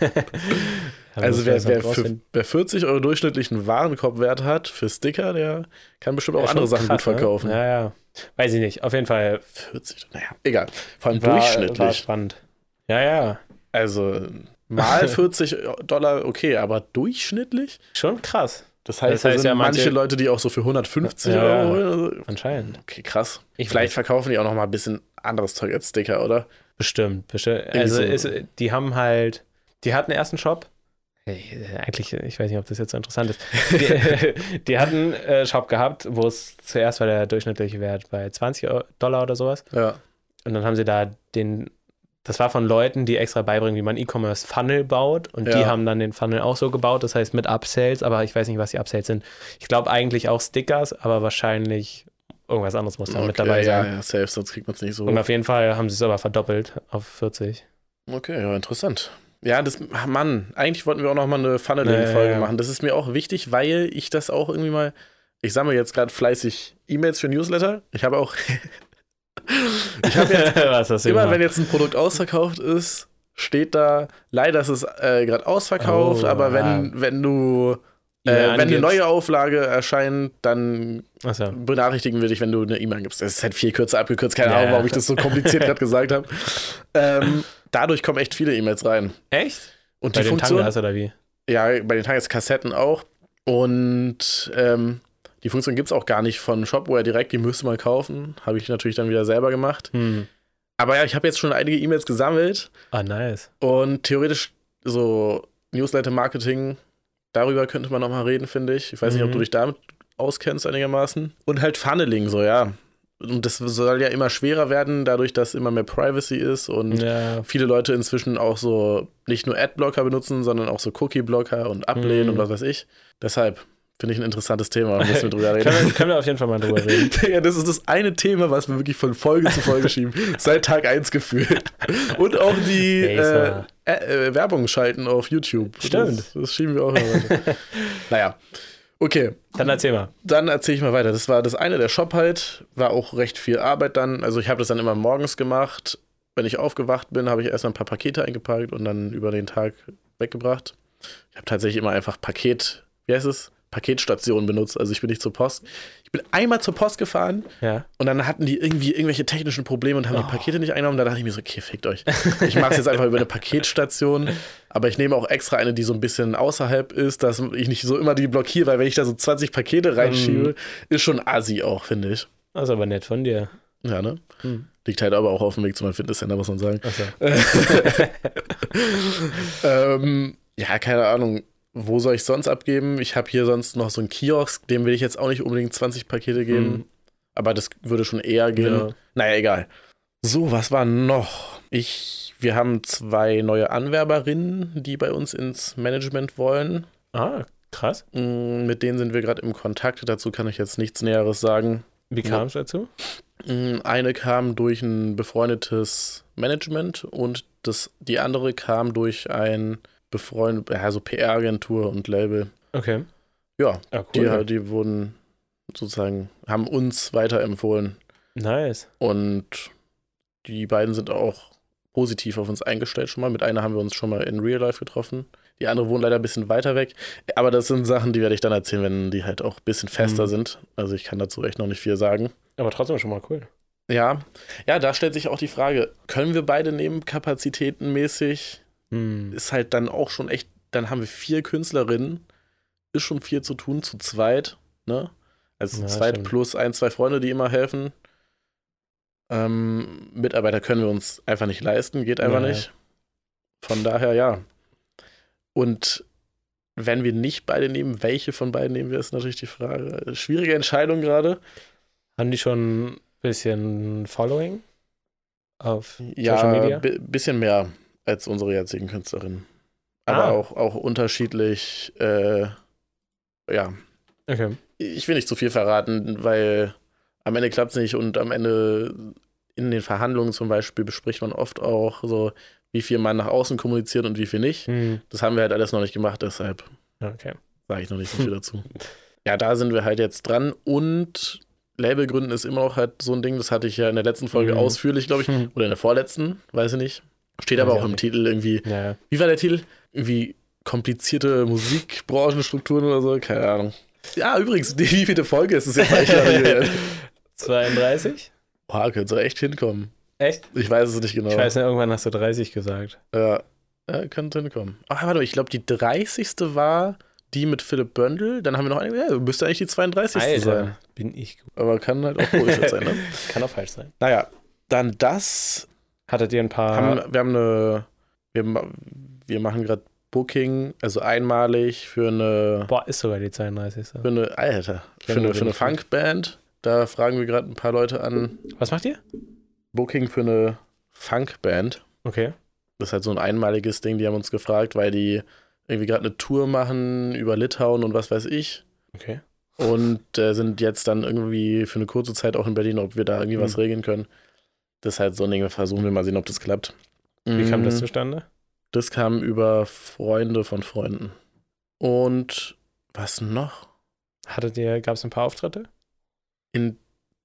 Ja,
also
muss
wer,
das noch
wer,
rausfinden.
für, wer 40 Euro durchschnittlichen Warenkorbwert hat für Sticker, der kann bestimmt auch
Ja,
andere
schon
Sachen
krass,
gut verkaufen.
Ne? Ja, ja. Weiß ich nicht. Auf jeden Fall
40, naja, egal. Vor allem
war,
durchschnittlich.
war spannend. Ja, ja.
Also
[LAUGHS]
mal 40 Dollar okay, aber durchschnittlich?
Schon krass.
Das heißt,
Das heißt
da sind
ja, manche-
manche Leute, die auch so für 150
Ja, ja.
Euro holen.
Anscheinend.
Okay, krass.
Ich
Vielleicht verkaufen die auch noch mal ein bisschen anderes Zeug als Sticker, oder?
Bestimmt. bestimmt. Also
so.
ist, die haben halt. Die hatten erst einen Shop. Ich, äh, eigentlich, ich weiß nicht, ob das jetzt so interessant ist. Die, [LAUGHS] die hatten äh, Shop gehabt, wo es zuerst war der durchschnittliche Wert bei 20 Eu- Dollar oder sowas.
Ja.
Und dann haben sie da den, das war von Leuten, die extra beibringen, wie man E-Commerce-Funnel baut. Und die
Ja.
haben dann den Funnel auch so gebaut, das heißt mit Upsells, aber ich weiß nicht, was die Upsells sind. Ich glaube eigentlich auch Stickers, aber wahrscheinlich irgendwas anderes muss da mit
Okay,
dabei
ja,
sein.
Ja, safe, sonst kriegt man es nicht so.
Und auf jeden Fall haben sie es aber verdoppelt
[LAUGHS]
auf 40.
Okay, ja, interessant. Ja, das, ach Mann, eigentlich wollten wir auch noch mal eine
Ja, ja,
Funneling-Folge
ja.
machen. Das ist mir auch wichtig, weil ich das auch irgendwie mal, ich sammle jetzt gerade fleißig E-Mails für Newsletter. Ich habe auch, [LAUGHS] ich habe
[LAUGHS]
jetzt
was hast du
immer,
gemacht?
wenn jetzt ein Produkt ausverkauft ist, steht da, leider ist es äh, gerade ausverkauft,
Oh,
aber
ah.
wenn, wenn du, äh,
Ja,
wenn eine
angibst-
neue Auflage erscheint, dann
Achso.
benachrichtigen wir dich, wenn du eine E-Mail gibst. Das ist halt viel kürzer abgekürzt, keine
Ja,
Ahnung,
ja.
warum ich das so kompliziert gerade gesagt habe. Ähm, dadurch kommen echt viele E-Mails rein.
Echt?
Und
Bei
die
den
Funktion,
Tangas oder wie?
ja, bei den Tageskassetten auch. Und ähm, die Funktion gibt es auch gar nicht von Shopware direkt, die müsste man kaufen. Habe ich natürlich dann wieder selber gemacht.
Hm.
Aber ja, ich habe jetzt schon einige E-Mails gesammelt
Ah, nice.
und theoretisch so Newsletter-Marketing, darüber könnte man nochmal reden, finde ich. Ich weiß nicht, ob
Mhm.
du dich damit auskennst einigermaßen. Und halt Funneling, so ja. Und das soll ja immer schwerer werden, dadurch, dass immer mehr Privacy ist und
Ja,
viele Leute inzwischen auch so nicht nur Adblocker benutzen, sondern auch so Cookie-Blocker und Ablehnen
Mhm.
und was weiß ich. Deshalb, Finde ich ein interessantes
[LAUGHS]
Thema, müssen wir drüber reden.
Können wir, können wir auf jeden Fall mal drüber
[LAUGHS]
reden.
Digga, das ist das eine Thema, was wir wirklich von Folge zu
[LAUGHS]
Folge schieben. Seit Tag 1 gefühlt. Und auch die
Ey, ist
äh,
wahr.
äh, äh, Werbung schalten auf YouTube.
Stimmt.
Das, das schieben wir auch immer
[LAUGHS]
weiter. naja. Okay,
Dann erzähl mal.
dann erzähle ich mal weiter. Das war das eine, der Shop halt. War auch recht viel Arbeit dann. Also ich habe das dann immer morgens gemacht. Wenn ich aufgewacht bin, habe ich erst ein paar Pakete eingepackt und dann über den Tag weggebracht. Ich habe tatsächlich immer einfach Paket, wie heißt es? Paketstation benutzt. Also ich bin nicht zur Post. Ich bin einmal zur Post gefahren
Ja.
und dann hatten die irgendwie irgendwelche technischen Probleme und haben die
Oh.
Pakete nicht eingenommen. Da dachte ich mir so, okay, fickt euch. Ich mache es jetzt einfach über eine Paketstation. Aber ich nehme auch extra eine, die so ein bisschen außerhalb ist, dass ich nicht so immer die blockiere, weil wenn ich da so 20 Pakete reinschiebe, ist schon assi auch, finde ich.
Das ist aber nett von dir.
Ja, ne?
Hm.
Liegt halt aber auch auf dem Weg zu meinem Fitnesscenter, muss man sagen.
Achso.
Ähm, ja, keine Ahnung. Wo soll ich sonst abgeben? Ich habe hier sonst noch so einen Kiosk, dem will ich jetzt auch nicht unbedingt 20 Pakete geben.
Mhm.
Aber das würde schon eher gehen.
Ja.
Naja, egal. So, was war noch? Ich, wir haben zwei neue Anwerberinnen, die bei uns ins Management wollen.
Ah, krass.
Mm, Mit denen sind wir gerade im Kontakt. Dazu kann ich jetzt nichts Näheres sagen.
Wie kam es dazu?
Mm, Eine kam durch ein befreundetes Management und das, die andere kam durch ein befreundet, also PR-Agentur und Label.
Okay.
Ja,
Ah,
die, halt. die wurden sozusagen, haben uns weiterempfohlen.
Nice.
Und die beiden sind auch positiv auf uns eingestellt schon mal. Mit einer haben wir uns schon mal in Real Life getroffen. Die andere wohnt leider ein bisschen weiter weg. Aber das sind Sachen, die werde ich dann erzählen, wenn die halt auch ein bisschen fester
Mhm.
sind. Also ich kann dazu echt noch nicht viel sagen.
Aber trotzdem schon mal cool.
Ja. Ja, da stellt sich auch die Frage, können wir beide nehmen, kapazitätenmäßig?
Hm.
Ist halt dann auch schon echt, dann haben wir vier Künstlerinnen, ist schon viel zu tun, zu zweit, ne? Also zu
Ja,
zweit
stimmt.
plus ein, zwei Freunde, die immer helfen. Ähm, Mitarbeiter können wir uns einfach nicht leisten, geht einfach
Ja, ja.
nicht. Von daher, ja. Und wenn wir nicht beide nehmen, welche von beiden nehmen wir, ist natürlich die Frage. Schwierige Entscheidung gerade.
Haben die schon ein bisschen Following auf
Ja,
Social Media?
bi- bisschen mehr als unsere jetzigen Künstlerinnen. Aber
Ah.
auch, auch unterschiedlich. Äh, ja,
Okay.
ich will nicht zu viel verraten, weil am Ende klappt es nicht und am Ende in den Verhandlungen zum Beispiel bespricht man oft auch so, wie viel man nach außen kommuniziert und wie viel nicht.
Hm.
Das haben wir halt alles noch nicht gemacht, deshalb
Okay.
sage ich noch nicht so viel dazu. [LAUGHS] Ja, da sind wir halt jetzt dran und Label gründen ist immer noch halt so ein Ding, das hatte ich ja in der letzten Folge
Mhm.
ausführlich, glaube ich,
Hm.
oder in der vorletzten, weiß ich nicht. Steht
Weiß
aber
ich
auch
auch
im
nicht.
Titel irgendwie.
Ja, ja.
Wie war der Titel? Irgendwie komplizierte Musikbranchenstrukturen oder so? Keine Ahnung. Ja, übrigens, die, wie viele Folge ist es jetzt eigentlich? gerade, Julian?
32?
Boah, könnte echt hinkommen.
Echt?
Ich weiß es nicht genau.
Ich weiß nicht, irgendwann hast du 30 gesagt.
Ja, ja könnte hinkommen. Ach, warte mal, ich glaube, die 30. war die mit Philipp Böndel. Dann haben wir noch eine. Ja, müsste eigentlich die 32. sein.
bin ich gut.
Aber kann halt auch Bullshit sein. Ne?
[LAUGHS] Kann auch falsch sein.
[LAUGHS] Naja, dann das.
Hattet ihr ein paar.
Haben, wir haben eine. Wir, ma- wir machen gerade Booking, also einmalig für eine.
Boah, ist sogar die 32.
Für eine, Alter, für
Kennen wir
eine, für eine
nicht, ne?
Funkband. Da fragen wir gerade ein paar Leute an.
Was macht ihr?
Booking für eine Funkband.
Okay.
Das ist halt so ein einmaliges Ding. Die haben uns gefragt, weil die irgendwie gerade eine Tour machen über Litauen und was weiß ich.
Okay.
Und äh, sind jetzt dann irgendwie für eine kurze Zeit auch in Berlin, ob wir da irgendwie was
Mhm.
regeln können. Das ist halt so ein Ding. Wir versuchen wir mal sehen, ob das klappt.
Wie kam das
Mhm.
zustande?
Das kam über Freunde von Freunden. Und was noch?
Hattet ihr, gab es ein paar Auftritte?
In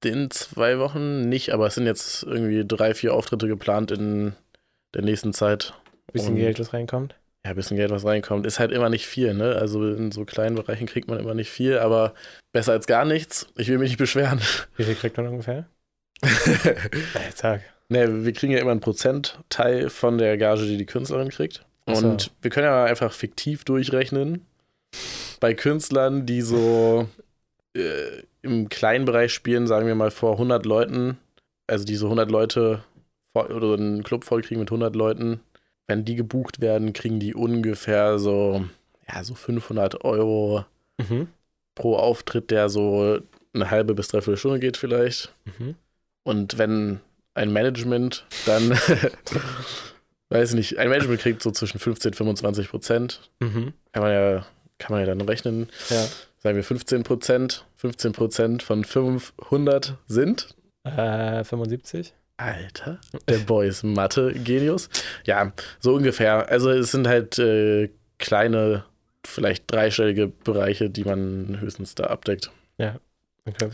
den zwei Wochen nicht, aber es sind jetzt irgendwie drei, vier Auftritte geplant in der nächsten Zeit.
Bisschen
Und-
Geld, was reinkommt?
Ja, ein bisschen Geld, was reinkommt. Ist halt immer nicht viel, ne? Also in so kleinen Bereichen kriegt man immer nicht viel, aber besser als gar nichts. Ich will mich nicht beschweren.
Wie viel kriegt man ungefähr? Na, jetzt sag.
ne, wir kriegen ja immer einen Prozentteil von der Gage, die die Künstlerin kriegt.
Ach so.
Und wir können ja einfach fiktiv durchrechnen. Bei Künstlern, die so äh, im kleinen Bereich spielen, sagen wir mal vor 100 Leuten, also diese 100 Leute voll, oder einen Club vollkriegen mit 100 Leuten, wenn die gebucht werden, kriegen die ungefähr so, ja, so 500 Euro
Mhm.
pro Auftritt, der so eine halbe bis dreiviertel Stunde geht vielleicht.
Mhm.
Und wenn ein Management dann, weiß nicht, ein Management kriegt so zwischen 15 und 25 Prozent.
Mhm.
Kann man ja, kann man ja dann rechnen.
Ja.
Sind sagen wir 15 Prozent, 15 Prozent von 500 sind.
Äh, 75?
Alter, der Boy ist Mathe-Genius. Ja, so ungefähr. Also es sind halt äh, kleine, vielleicht dreistellige Bereiche, die man höchstens da abdeckt.
Okay.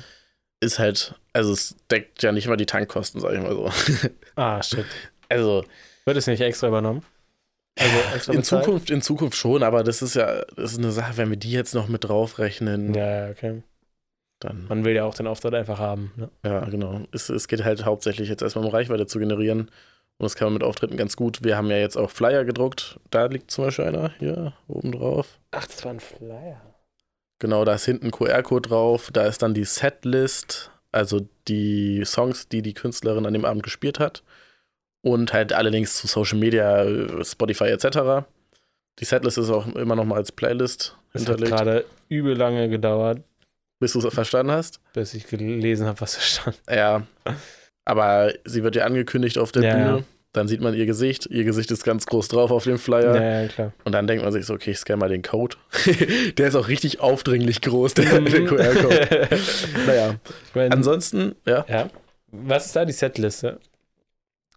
Ist halt, also es deckt ja nicht mal die Tankkosten, sag ich mal so.
Ah, shit.
Also
Wird es nicht extra übernommen? [LAUGHS] Also extra
in
bezahlt?
Zukunft, in Zukunft schon, aber das ist ja, das ist eine Sache, wenn wir die jetzt noch mit draufrechnen,
Ja, ja, okay.
dann
Man will ja auch den Auftritt einfach haben. Ne?
Ja, genau. Es, es geht halt hauptsächlich jetzt erstmal um Reichweite zu generieren. Und das kann man mit Auftritten ganz gut. Wir haben ja jetzt auch Flyer gedruckt. Da liegt zum Beispiel einer hier oben drauf.
Ach, das war ein Flyer.
Genau, da ist hinten ein QR-Code drauf. Da ist dann die Setlist, also die Songs, die die Künstlerin an dem Abend gespielt hat. Und halt alle Links zu Social Media, äh, Spotify etc. Die Setlist ist auch immer noch mal als Playlist
Es hat
hinterlegt,
gerade übel lange gedauert,
bis du es verstanden hast.
bis ich gelesen habe, was da stand.
Ja. Aber sie wird ja angekündigt auf der
Ja,
Bühne.
ja.
Dann sieht man ihr Gesicht. Ihr Gesicht ist ganz groß drauf auf dem Flyer.
Ja,
[LAUGHS]
ja, klar.
Und dann denkt man sich so, okay, ich scanne mal den Code. [LAUGHS] der ist auch richtig aufdringlich groß, der,
Mhm.
der
[LAUGHS]
QR-Code. naja.
Wenn-
Ansonsten, ja.
ja. Was ist da die Setliste?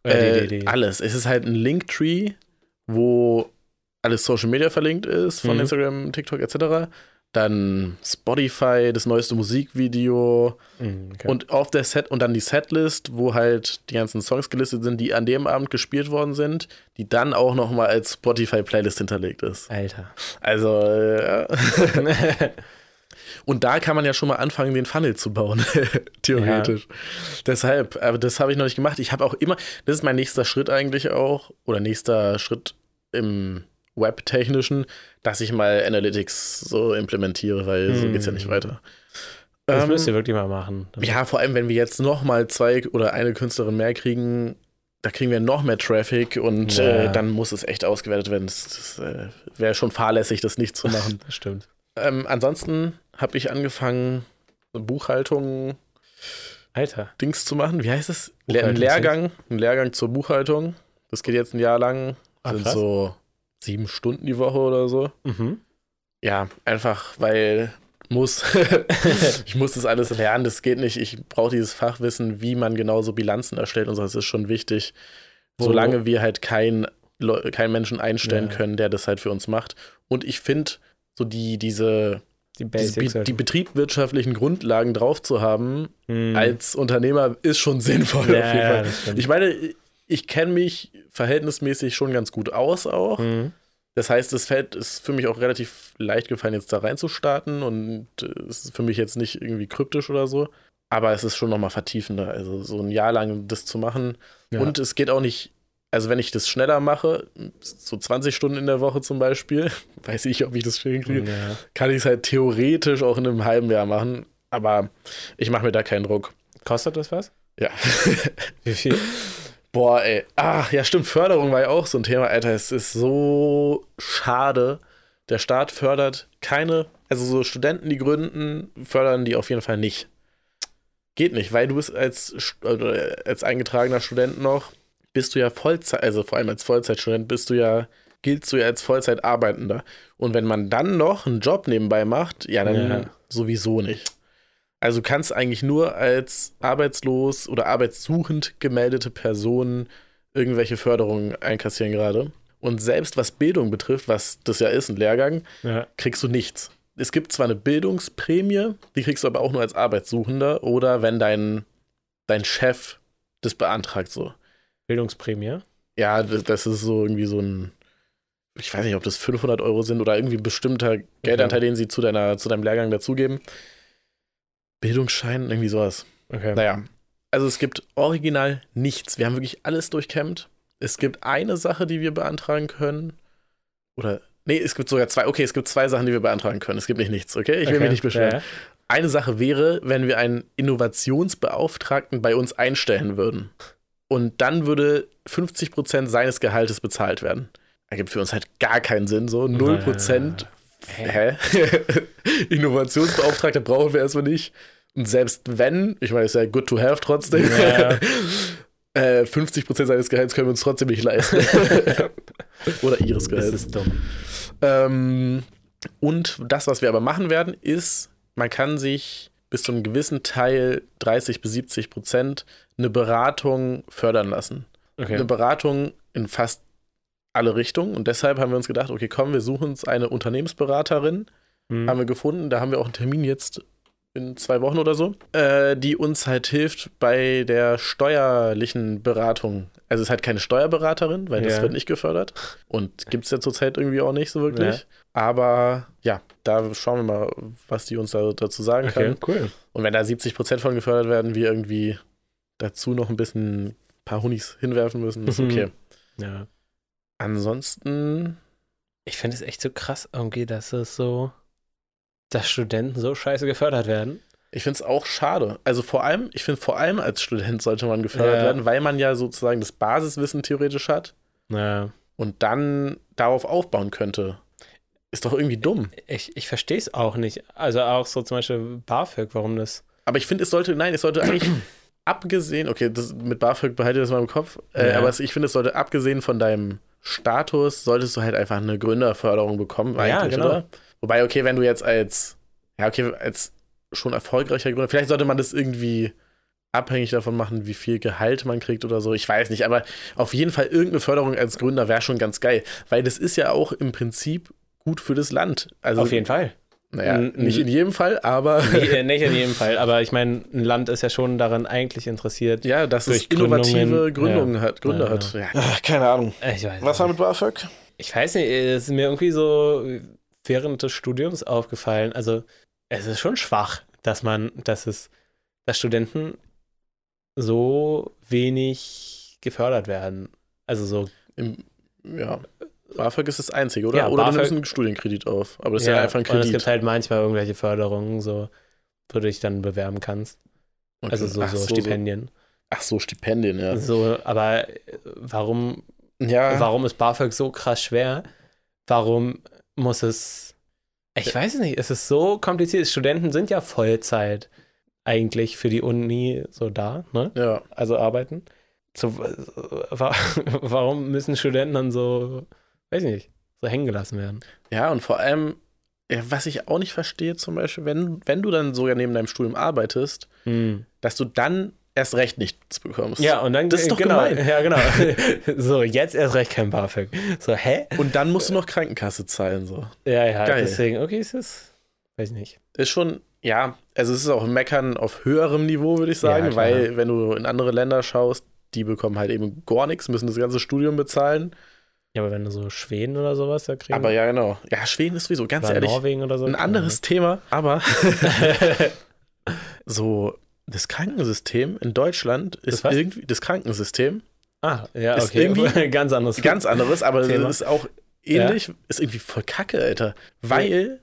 Oder
Äh,
die- die- die-
Alles. Es ist halt ein Linktree, wo alles Social Media verlinkt ist, von
Mhm.
Instagram, TikTok etc. Dann Spotify, das neueste Musikvideo,
Mhm, okay.
Und auf der Set und dann die Setlist, wo halt die ganzen Songs gelistet sind, die an dem Abend gespielt worden sind, die dann auch nochmal als Spotify-Playlist hinterlegt ist.
Alter.
[LAUGHS] Also,
[LAUGHS]
äh, und da kann man ja schon mal anfangen, den Funnel zu bauen, [LAUGHS] theoretisch. Deshalb, aber das habe ich noch nicht gemacht. Ich habe auch immer, das ist mein nächster Schritt eigentlich auch, oder nächster Schritt im Web-Technischen, dass ich mal Analytics so implementiere, weil so
Hm.
geht es ja nicht weiter.
das
Ähm,
müsst ihr wirklich mal machen.
ja, vor allem, wenn wir jetzt noch mal zwei oder eine Künstlerin mehr kriegen, da kriegen wir noch mehr Traffic und
Ja.
äh, dann muss es echt ausgewertet werden. Das, das äh, wäre schon fahrlässig, das nicht zu
[LAUGHS]
machen.
Das [LAUGHS] stimmt.
ähm, ansonsten habe ich angefangen, Buchhaltung
Alter.
Dings zu machen. Wie heißt es? Le ein
Buchhaltung,
Lehrgang, ein Lehrgang zur Buchhaltung. Das geht jetzt ein Jahr lang.
Ah,
sind
krass.
so sieben Stunden die Woche oder so.
Mhm.
Ja, einfach weil muss. [LAUGHS] ich muss das alles lernen, das geht nicht. Ich brauche dieses Fachwissen, wie man genau so Bilanzen erstellt und so. Das ist schon wichtig.
Wo-
Solange wir halt keinen Leu- keinen Menschen einstellen
Ja.
können, der das halt für uns macht. Und ich finde, so die, diese,
Die
diese
Basics.
Be
halt.
die betriebwirtschaftlichen Grundlagen drauf zu haben
Mhm.
als Unternehmer ist schon [LAUGHS] sinnvoll
ja,
auf jeden
ja,
Fall.
das stimmt.
Ich meine, ich kenne mich verhältnismäßig schon ganz gut aus auch.
Mhm.
Das heißt, das Feld ist für mich auch relativ leicht gefallen, jetzt da reinzustarten und äh, es ist für mich jetzt nicht irgendwie kryptisch oder so. Aber es ist schon nochmal vertiefender, also so ein Jahr lang das zu machen.
Ja.
Und es geht auch nicht, also wenn ich das schneller mache, so 20 Stunden in der Woche zum Beispiel, [LAUGHS] weiß ich, ob ich das hinkriege,
ja.
kann ich es halt theoretisch auch in einem halben Jahr machen. Aber ich mache mir da keinen Druck.
Kostet das was?
Ja.
Wie viel?
Boah, ey. Ach, ja, stimmt. Förderung war ja auch so ein Thema, Alter. Es ist so schade. Der Staat fördert keine, also so Studenten, die gründen, fördern die auf jeden Fall nicht. Geht nicht, weil du bist als, St- äh, als eingetragener Student noch, bist du ja Vollzeit, also vor allem als Vollzeitstudent bist du ja, giltst du ja als Vollzeitarbeitender. Und wenn man dann noch einen Job nebenbei macht, ja, dann
Ja.
sowieso nicht. Also du kannst eigentlich nur als arbeitslos oder arbeitssuchend gemeldete Person irgendwelche Förderungen einkassieren gerade. Und selbst was Bildung betrifft, was das ja ist, ein Lehrgang,
Ja.
kriegst du nichts. Es gibt zwar eine Bildungsprämie, die kriegst du aber auch nur als Arbeitssuchender oder wenn dein, dein Chef das beantragt so.
Bildungsprämie.
Ja, das, das ist so irgendwie so ein, ich weiß nicht, ob das 500 Euro sind oder irgendwie ein bestimmter Geldanteil, den sie zu, deiner, zu deinem Lehrgang dazugeben. Bildungsschein, irgendwie sowas.
Okay.
Naja, also es gibt original nichts. Wir haben wirklich alles durchkämmt. Es gibt eine Sache, die wir beantragen können. Oder, nee, es gibt sogar zwei. Okay, es gibt zwei Sachen, die wir beantragen können. Es gibt nicht nichts, okay? Ich will
okay.
mich nicht beschweren.
Ja, ja.
Eine Sache wäre, wenn wir einen Innovationsbeauftragten bei uns einstellen würden. Und dann würde 50% seines Gehaltes bezahlt werden. Ergibt für uns halt gar keinen Sinn, so 0%. Hä? [LAUGHS] Innovationsbeauftragter brauchen wir erstmal nicht. Und selbst wenn, ich meine, ist ja good to have trotzdem,
Ja.
[LAUGHS] äh, 50% seines Gehalts können wir uns [LAUGHS]
[LAUGHS]
trotzdem nicht leisten. Oder ihres
Das
Gehalts.
ist dumm.
Ähm, Und das, was wir aber machen werden, ist, man kann sich bis zu einem gewissen Teil, 30 bis 70 Prozent, eine Beratung fördern lassen.
Okay.
Eine Beratung in fast alle Richtungen. Und deshalb haben wir uns gedacht, okay, komm, wir suchen uns eine Unternehmensberaterin,
Hm.
haben wir gefunden. Da haben wir auch einen Termin jetzt in zwei Wochen oder so, äh, die uns halt hilft bei der steuerlichen Beratung. Also es ist halt keine Steuerberaterin, weil das
Ja.
wird nicht gefördert und gibt es ja zurzeit irgendwie auch nicht so wirklich.
Ja.
Aber ja, da schauen wir mal, was die uns da, dazu sagen
Okay,
kann.
cool.
Und wenn da 70 Prozent von gefördert werden, wir irgendwie dazu noch ein bisschen ein paar Hunis hinwerfen müssen, ist
Mhm.
okay.
Ja.
Ansonsten,
Ich finde es echt so krass irgendwie, dass es so, dass Studenten so scheiße gefördert werden.
ich finde es auch schade. Also vor allem, ich finde vor allem als Student sollte man gefördert
Ja.
werden, weil man ja sozusagen das Basiswissen theoretisch hat
Ja.
und dann darauf aufbauen könnte. Ist doch irgendwie dumm.
Ich, ich verstehe es auch nicht. Also auch so zum Beispiel BAföG, warum das.
Aber ich finde, es sollte, nein, es sollte
[CLEARS THROAT]
eigentlich abgesehen, okay, das, mit BAföG behalte das mal im Kopf, äh,
Ja.
aber es, ich finde, es sollte abgesehen von deinem Status, solltest du halt einfach eine Gründerförderung bekommen,
Ja,
eigentlich,
genau.
oder? Wobei, okay, wenn du jetzt als, ja, okay, als schon erfolgreicher Gründer, vielleicht sollte man das irgendwie abhängig davon machen, wie viel Gehalt man kriegt oder so, ich weiß nicht, aber auf jeden Fall irgendeine Förderung als Gründer wäre schon ganz geil, weil das ist ja auch im Prinzip gut für das Land. Also,
Auf
[LAUGHS]
jeden Fall.
naja,
N-
nicht in jedem Fall, aber
Nee, äh, nicht in jedem Fall, aber ich meine, ein Land ist ja schon daran eigentlich interessiert.
Ja, dass es
Durch Gründungen,
innovative
ja.
Gründungen hat, Gründer
Ja, genau.
hat. Ja.
Ach, Ah, keine Ahnung.
Ich weiß
Was
nicht.
war mit BAföG?
Ich weiß nicht, äh, es ist mir irgendwie so während des Studiums aufgefallen. Also, es ist schon schwach, dass man, dass es, dass Studenten so wenig gefördert werden. Also so,
Im, ja. BAföG ist das Einzige, oder?
Ja,
oder du
BAföG
nimmst einen Studienkredit auf. Aber das ist ja, einfach ein
und es gibt
Kredit.
halt manchmal irgendwelche Förderungen, so, wo du dich dann bewerben kannst.
Okay.
Also so,
Ach
so Stipendien.
Ach so, Stipendien, ja.
So, aber äh, warum
Ja,
Warum ist BAföG so krass schwer? Warum muss es. Ich weiß es nicht, es ist so kompliziert. Studenten sind ja Vollzeit eigentlich für die Uni so da, ne?
ja.
Also arbeiten. So, wa- wa- [LAUGHS] warum müssen Studenten dann so, weiß ich nicht, so hängen gelassen werden?
ja, und vor allem, ja, was ich auch nicht verstehe, zum Beispiel, wenn, wenn du dann sogar neben deinem Studium arbeitest, dass du dann erst recht nichts bekommst.
Ja, und dann
Hm. Das ist doch
genau,
gemein.
Ja, genau.
[LAUGHS]
[LAUGHS] so, jetzt erst recht kein BAföG. So, hä?
Und dann musst du noch Krankenkasse zahlen. So.
Ja, ja,
Geil.
deswegen, okay, es ist, weiß ich nicht.
ist schon, ja, also es ist auch ein Meckern auf höherem Niveau, würde ich sagen,
Ja, klar.
weil wenn du in andere Länder schaust, die bekommen halt eben gar nichts, müssen das ganze Studium bezahlen.
Ja, aber wenn du so Schweden oder sowas da kriegst.
Aber ja, genau. Ja, Schweden ist sowieso, ganz
Oder
ehrlich,
Norwegen ne? oder so.
ein anderes Thema,
[LAUGHS]
aber so das Krankensystem in Deutschland ist
was?
irgendwie, das
[LAUGHS]
Krankensystem,
ah, ja,
Ist
okay.
irgendwie
ganz anderes.
[LAUGHS] ganz anderes, aber
Thema.
das ist auch ähnlich, ist irgendwie voll kacke, Alter, weil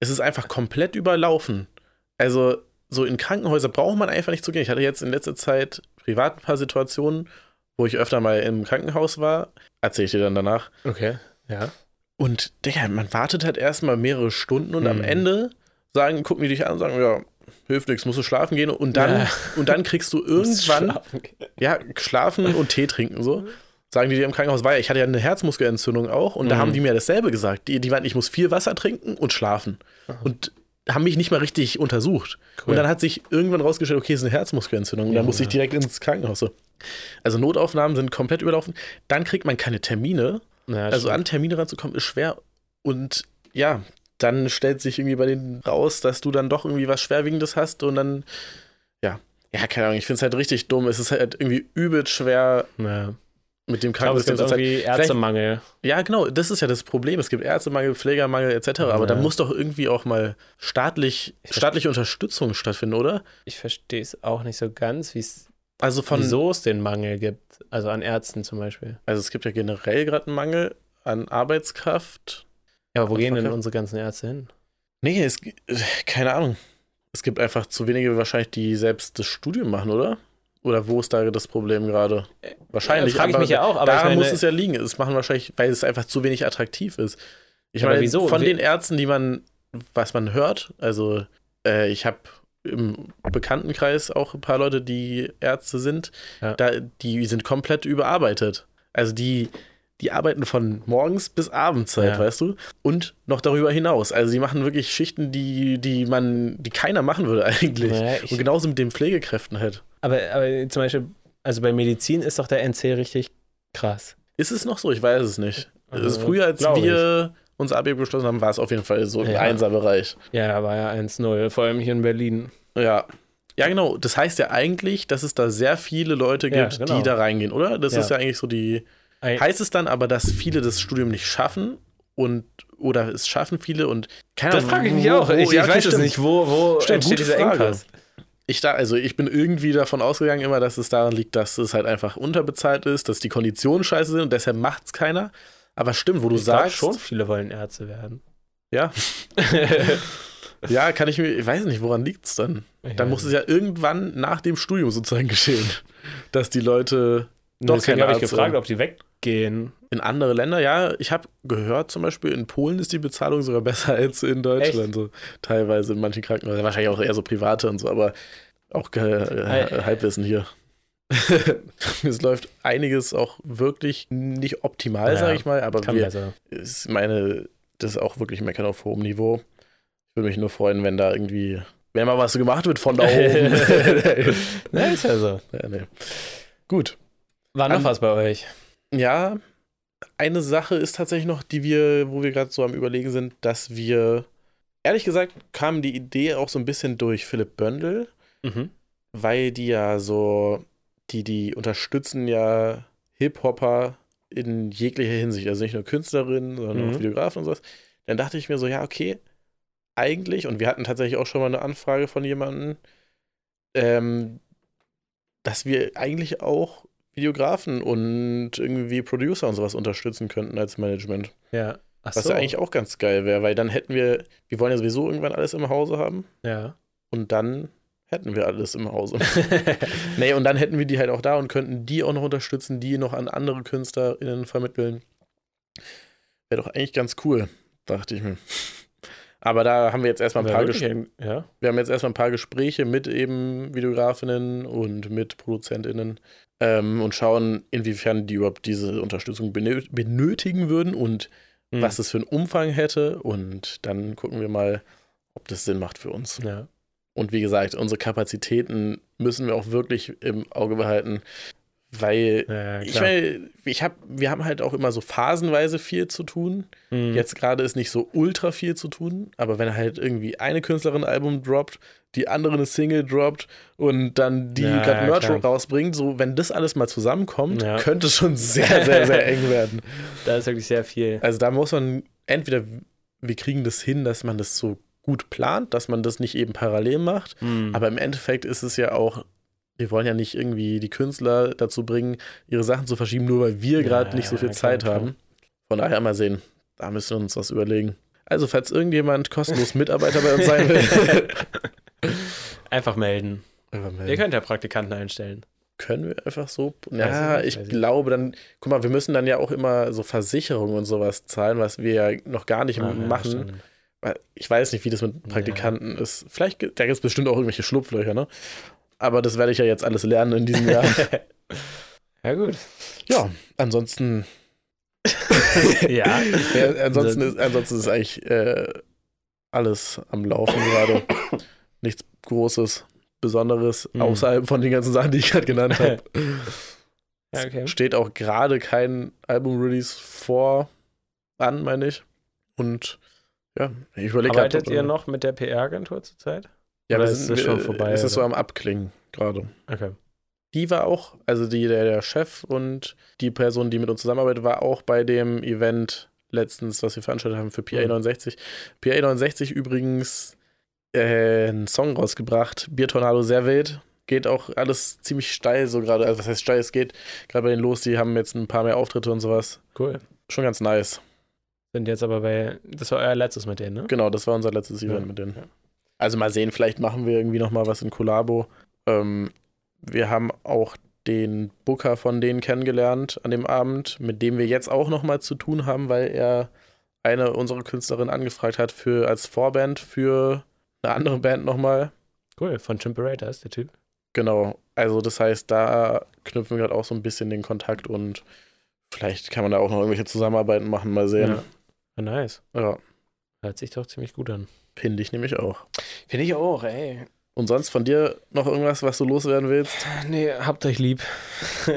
es ist einfach komplett überlaufen. Also so in Krankenhäuser braucht man einfach nicht zu gehen. Ich hatte jetzt in letzter Zeit privat ein paar Situationen, wo ich öfter mal im Krankenhaus war, erzähle ich dir dann danach.
okay, ja.
Und Digga, man wartet halt erstmal mehrere Stunden und am
Hm.
Ende sagen, gucken die dich an und sagen, ja, hilft nichts, musst du schlafen gehen und dann,
Ja.
und dann kriegst du
[LAUGHS]
irgendwann ja, schlafen und Tee trinken so. Sagen die dir im Krankenhaus, war ja, ich hatte ja eine Herzmuskelentzündung auch und da
Mhm.
haben die mir dasselbe gesagt. Die, die meinten, ich muss viel Wasser trinken und schlafen. Und haben mich nicht mal richtig untersucht.
Cool.
Und dann hat sich irgendwann rausgestellt, okay, es ist eine Herzmuskelentzündung. Und dann
Ja.
musste ich direkt ins Krankenhaus. So. Also Notaufnahmen sind komplett überlaufen. Dann kriegt man keine Termine.
Ja,
Also an Termine ranzukommen ist schwer. Und ja, dann stellt sich irgendwie bei denen raus, dass du dann doch irgendwie was Schwerwiegendes hast und dann, ja. Ja, keine Ahnung, ich finde es halt richtig dumm. Es ist halt irgendwie übel schwer
ja.
mit dem
Ich glaube, es
Krankensystem
gibt
zu sein.
irgendwie Ärztemangel.
Ja, genau, das ist ja das Problem. Es gibt Ärztemangel, Pflegermangel etc. Aber da
Ja.
muss doch irgendwie auch mal staatlich,
verstehe.
staatliche Unterstützung stattfinden, oder?
Ich verstehe es auch nicht so ganz, wie's,
Also von,
wieso es den Mangel gibt. Also an Ärzten zum Beispiel.
also es gibt ja generell gerade einen Mangel an Arbeitskraft.
Ja, aber wo
Ach,
gehen denn
okay.
unsere ganzen Ärzte hin?
Nee, es, g- äh, keine Ahnung. Es gibt einfach zu wenige wahrscheinlich, die selbst das Studium machen, oder? Oder wo ist da das Problem gerade? Wahrscheinlich.
Ja, frage Äh, ich
aber
mich ja auch, aber
da
ich meine,
muss es ja liegen. Es machen wahrscheinlich, weil es einfach zu wenig attraktiv ist. Ich
Ja, aber
meine,
wieso?
von
Wir-
den Ärzten, die man, was man hört, also äh, ich habe im Bekanntenkreis auch ein paar Leute, die Ärzte sind,
Ja.
da, die sind komplett überarbeitet. Also die, die arbeiten von morgens bis Abendzeit,
Ja.
weißt du? Und noch darüber hinaus. Also die machen wirklich Schichten, die, die man, die keiner machen würde [LAUGHS] eigentlich.
Naja, ich-
Und genauso mit den Pflegekräften halt.
Aber, aber zum Beispiel, also bei Medizin ist doch der NC richtig krass.
Ist es noch so? Ich weiß es nicht.
Also,
es ist früher, als
glaub
wir uns AB beschlossen haben, war es auf jeden Fall so
Ja.
ein Einserbereich.
Ja, war ja 1-0, vor allem hier in Berlin.
Ja. Ja, genau. Das heißt ja eigentlich, dass es da sehr viele Leute
Ja,
gibt,
genau.
die da reingehen, oder? Das
Ja.
ist ja eigentlich so die.
Ei-
Heißt es dann aber, dass viele das Studium nicht schaffen und oder es schaffen viele und keine
Das
Ahnung,
frage ich mich
wo-
auch.
wo-
Ich,
ja,
ich
okay,
weiß es
stimmt.
nicht, wo, wo
Stimmt,
entsteht
gute
dieser
Frage.
Engpass?
Ich da, also ich bin irgendwie davon ausgegangen immer, dass es daran liegt, dass es halt einfach unterbezahlt ist, dass die Konditionen scheiße sind und deshalb macht es keiner. Aber stimmt, wo du
Ich glaub
sagst,
schon, viele wollen Ärzte werden. [LAUGHS]
Ja. ja, kann ich mir, ich weiß nicht, woran liegt es dann? Dann muss es ja irgendwann nach dem Studium sozusagen geschehen, dass die Leute
doch
doch
Deswegen
keine
habe ich
Ärzte.
gefragt, ob die weggehen.
in andere Länder, ja, ich habe gehört zum Beispiel, in Polen ist die Bezahlung sogar besser als in Deutschland, so teilweise in manchen Krankenhäusern, wahrscheinlich auch eher so private und so, aber auch äh,
Ei.
äh, Halbwissen hier. [LAUGHS] es läuft einiges auch wirklich nicht optimal,
Ja,
sage ich mal, aber
Kann
wir,
besser.
ist meine, das ist auch wirklich meckern auf hohem Niveau. Ich würde mich nur freuen, wenn da irgendwie, wenn mal was gemacht wird von da oben. [LAUGHS]
Na, ist ja so.
ja, nee. Gut.
War noch
An-
was bei euch?
Ja, eine Sache ist tatsächlich noch, die wir, wo wir gerade so am Überlegen sind, dass wir, ehrlich gesagt, kam die Idee auch so ein bisschen durch Philipp Böndel,
Mhm.
weil die ja so, die, die unterstützen ja Hip-Hopper in jeglicher Hinsicht, also nicht nur Künstlerinnen, sondern
Mhm.
auch Videografen und sowas. Dann dachte ich mir so, ja, okay, eigentlich, und wir hatten tatsächlich auch schon mal eine Anfrage von jemandem, ähm, dass wir eigentlich auch Videografen und irgendwie Producer und sowas unterstützen könnten als Management.
Ja. Ach
Was ja eigentlich auch ganz geil wäre, weil dann hätten wir, wir wollen ja sowieso irgendwann alles im Hause haben
Ja.
und dann hätten wir alles im Hause. Nee, und dann hätten wir die halt auch da und könnten die auch noch unterstützen, die noch an andere KünstlerInnen vermitteln. Wäre doch eigentlich ganz cool, dachte ich mir. Aber da haben wir jetzt erstmal ein paar,
Wäre
Ges
wirklich ein- ja.
wir haben jetzt erstmal ein paar Gespräche mit eben Videografinnen und mit ProduzentInnen ähm, und schauen, inwiefern die überhaupt diese Unterstützung benö- benötigen würden und
Hm.
was es für einen Umfang hätte. Und dann gucken wir mal, ob das Sinn macht für uns.
Ja.
Und wie gesagt, unsere Kapazitäten müssen wir auch wirklich im Auge behalten, weil
Ja,
ich
klar.
meine, ich hab, wir haben halt auch immer so phasenweise viel zu tun.
Mhm.
Jetzt gerade ist nicht so ultra viel zu tun, aber wenn halt irgendwie eine Künstlerin ein Album droppt, die andere eine Single droppt und dann die
Ja,
gerade
ja,
Merch
klar.
rausbringt, so wenn das alles mal zusammenkommt,
Ja.
könnte es schon
[LAUGHS]
sehr, sehr, sehr eng werden.
Da ist wirklich sehr viel.
Also da muss man entweder, wir kriegen das hin, dass man das so gut plant, dass man das nicht eben parallel macht.
Mhm. [LAUGHS]
Aber im Endeffekt ist es ja auch, wir wollen ja nicht irgendwie die Künstler dazu bringen, ihre Sachen zu verschieben, nur weil wir
Ja,
gerade nicht so
ja,
viel
klar,
Zeit
klar.
haben. Von daher mal sehen, da müssen wir uns was überlegen. Also, falls irgendjemand kostenlos Mitarbeiter bei uns sein
[LAUGHS]
will,
Einfach melden. Ihr
übermelden.
könnt ja Praktikanten einstellen.
können wir einfach so.
Weiß
Ja,
ich nicht,
ich,
weiß ich
glaube dann, guck mal, wir müssen dann ja auch immer so Versicherungen und sowas zahlen, was wir ja noch gar nicht
Ah, ja,
machen.
stimmt.
Weil Ich weiß nicht, wie das mit Praktikanten ist. Vielleicht, gibt- da gibt es bestimmt auch irgendwelche Schlupflöcher, ne? Aber das werde ich ja jetzt alles lernen in
[LAUGHS]
diesem Jahr.
Ja, gut.
Ja, ansonsten,
[LAUGHS] ja.
ja, ansonsten, ist, ansonsten ist eigentlich äh, alles am Laufen
[COUGHS]
gerade. Nichts Großes, Besonderes,
Mhm.
außerhalb von den ganzen Sachen, die ich gerade genannt habe.
[LAUGHS] Ja, okay.
Es Steht auch gerade kein Album-Release vor an, meine ich. Und ja, ich überlege
Arbeitet
grad,
ihr noch mit der PR-Agentur zurzeit?
Ja,
oder
das
ist
ist,
das schon
schon
vorbei,
vorbei. Es ist so
oder?
am Abklingen gerade.
Okay.
Die war auch, also die, der, der Chef und die Person, die mit uns zusammenarbeitet, war auch bei dem Event letztens, was wir veranstaltet haben für
Mhm.
PA69. PA69 übrigens äh, einen Song rausgebracht, Biertornado sehr wild. Geht auch alles ziemlich steil so gerade, also was heißt steil, es geht gerade bei den los, die haben jetzt ein paar mehr Auftritte und sowas.
Cool.
Schon ganz nice.
Sind jetzt aber bei. Das war euer letztes mit denen, ne?
Genau, das war unser letztes
Ja.
Event mit denen. Also mal sehen, vielleicht machen wir irgendwie nochmal was in Collabo. Ähm, wir haben auch den Booker von denen kennengelernt an dem Abend, mit dem wir jetzt auch nochmal zu tun haben, weil er eine unserer Künstlerinnen angefragt hat für als Vorband für eine andere Band nochmal.
Cool. Von Chimperator ist der Typ.
halt Genau. Also das heißt, da knüpfen wir gerade auch so ein bisschen den Kontakt und Vielleicht kann man da auch noch irgendwelche Zusammenarbeiten machen, mal sehen.
Ah, nice.
Ja,
Hört sich doch ziemlich gut an.
finde ich nämlich auch.
Finde ich auch, ey.
Und sonst von dir noch irgendwas, was du loswerden willst?
Nee, habt euch lieb.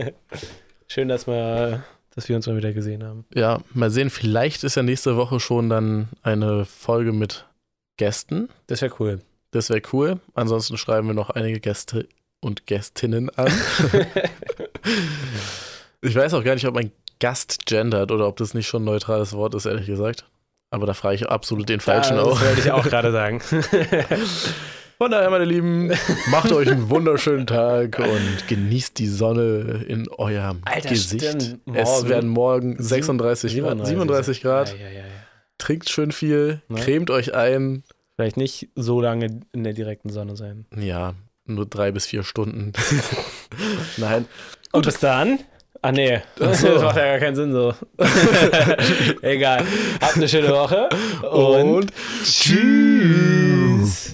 [LAUGHS] Schön, dass wir, dass wir uns mal wieder gesehen haben.
Ja, mal sehen. Vielleicht ist ja nächste Woche schon dann eine Folge mit Gästen.
Das wäre
[LAUGHS]
cool.
Das wäre cool. Ansonsten schreiben wir noch einige Gäste und Gästinnen an.
[LAUGHS]
ich weiß auch gar nicht, ob mein Gast gendert oder ob das nicht schon ein neutrales Wort ist, ehrlich gesagt. Aber da frage ich absolut den Falschen
Ah,
auch.
Das wollte ich auch gerade sagen.
[LAUGHS] Von daher, meine Lieben, [LAUGHS] macht euch einen wunderschönen Tag und genießt die Sonne in eurem
Alter,
Gesicht.
stimmt.
Es
Morgen
werden morgen 36 Grad, 37 Grad.
Ja, ja, ja.
Trinkt schön viel,
Ne?
cremt euch ein.
Vielleicht nicht so lange in der direkten Sonne sein.
Ja, nur drei bis vier Stunden. [LAUGHS] Nein,
Und bis dann? Ah, nee. [LAUGHS]
Ach so.
Das macht ja gar keinen
[LAUGHS]
Sinn so. Egal. Habt eine schöne Woche. Und,
Und tschüss.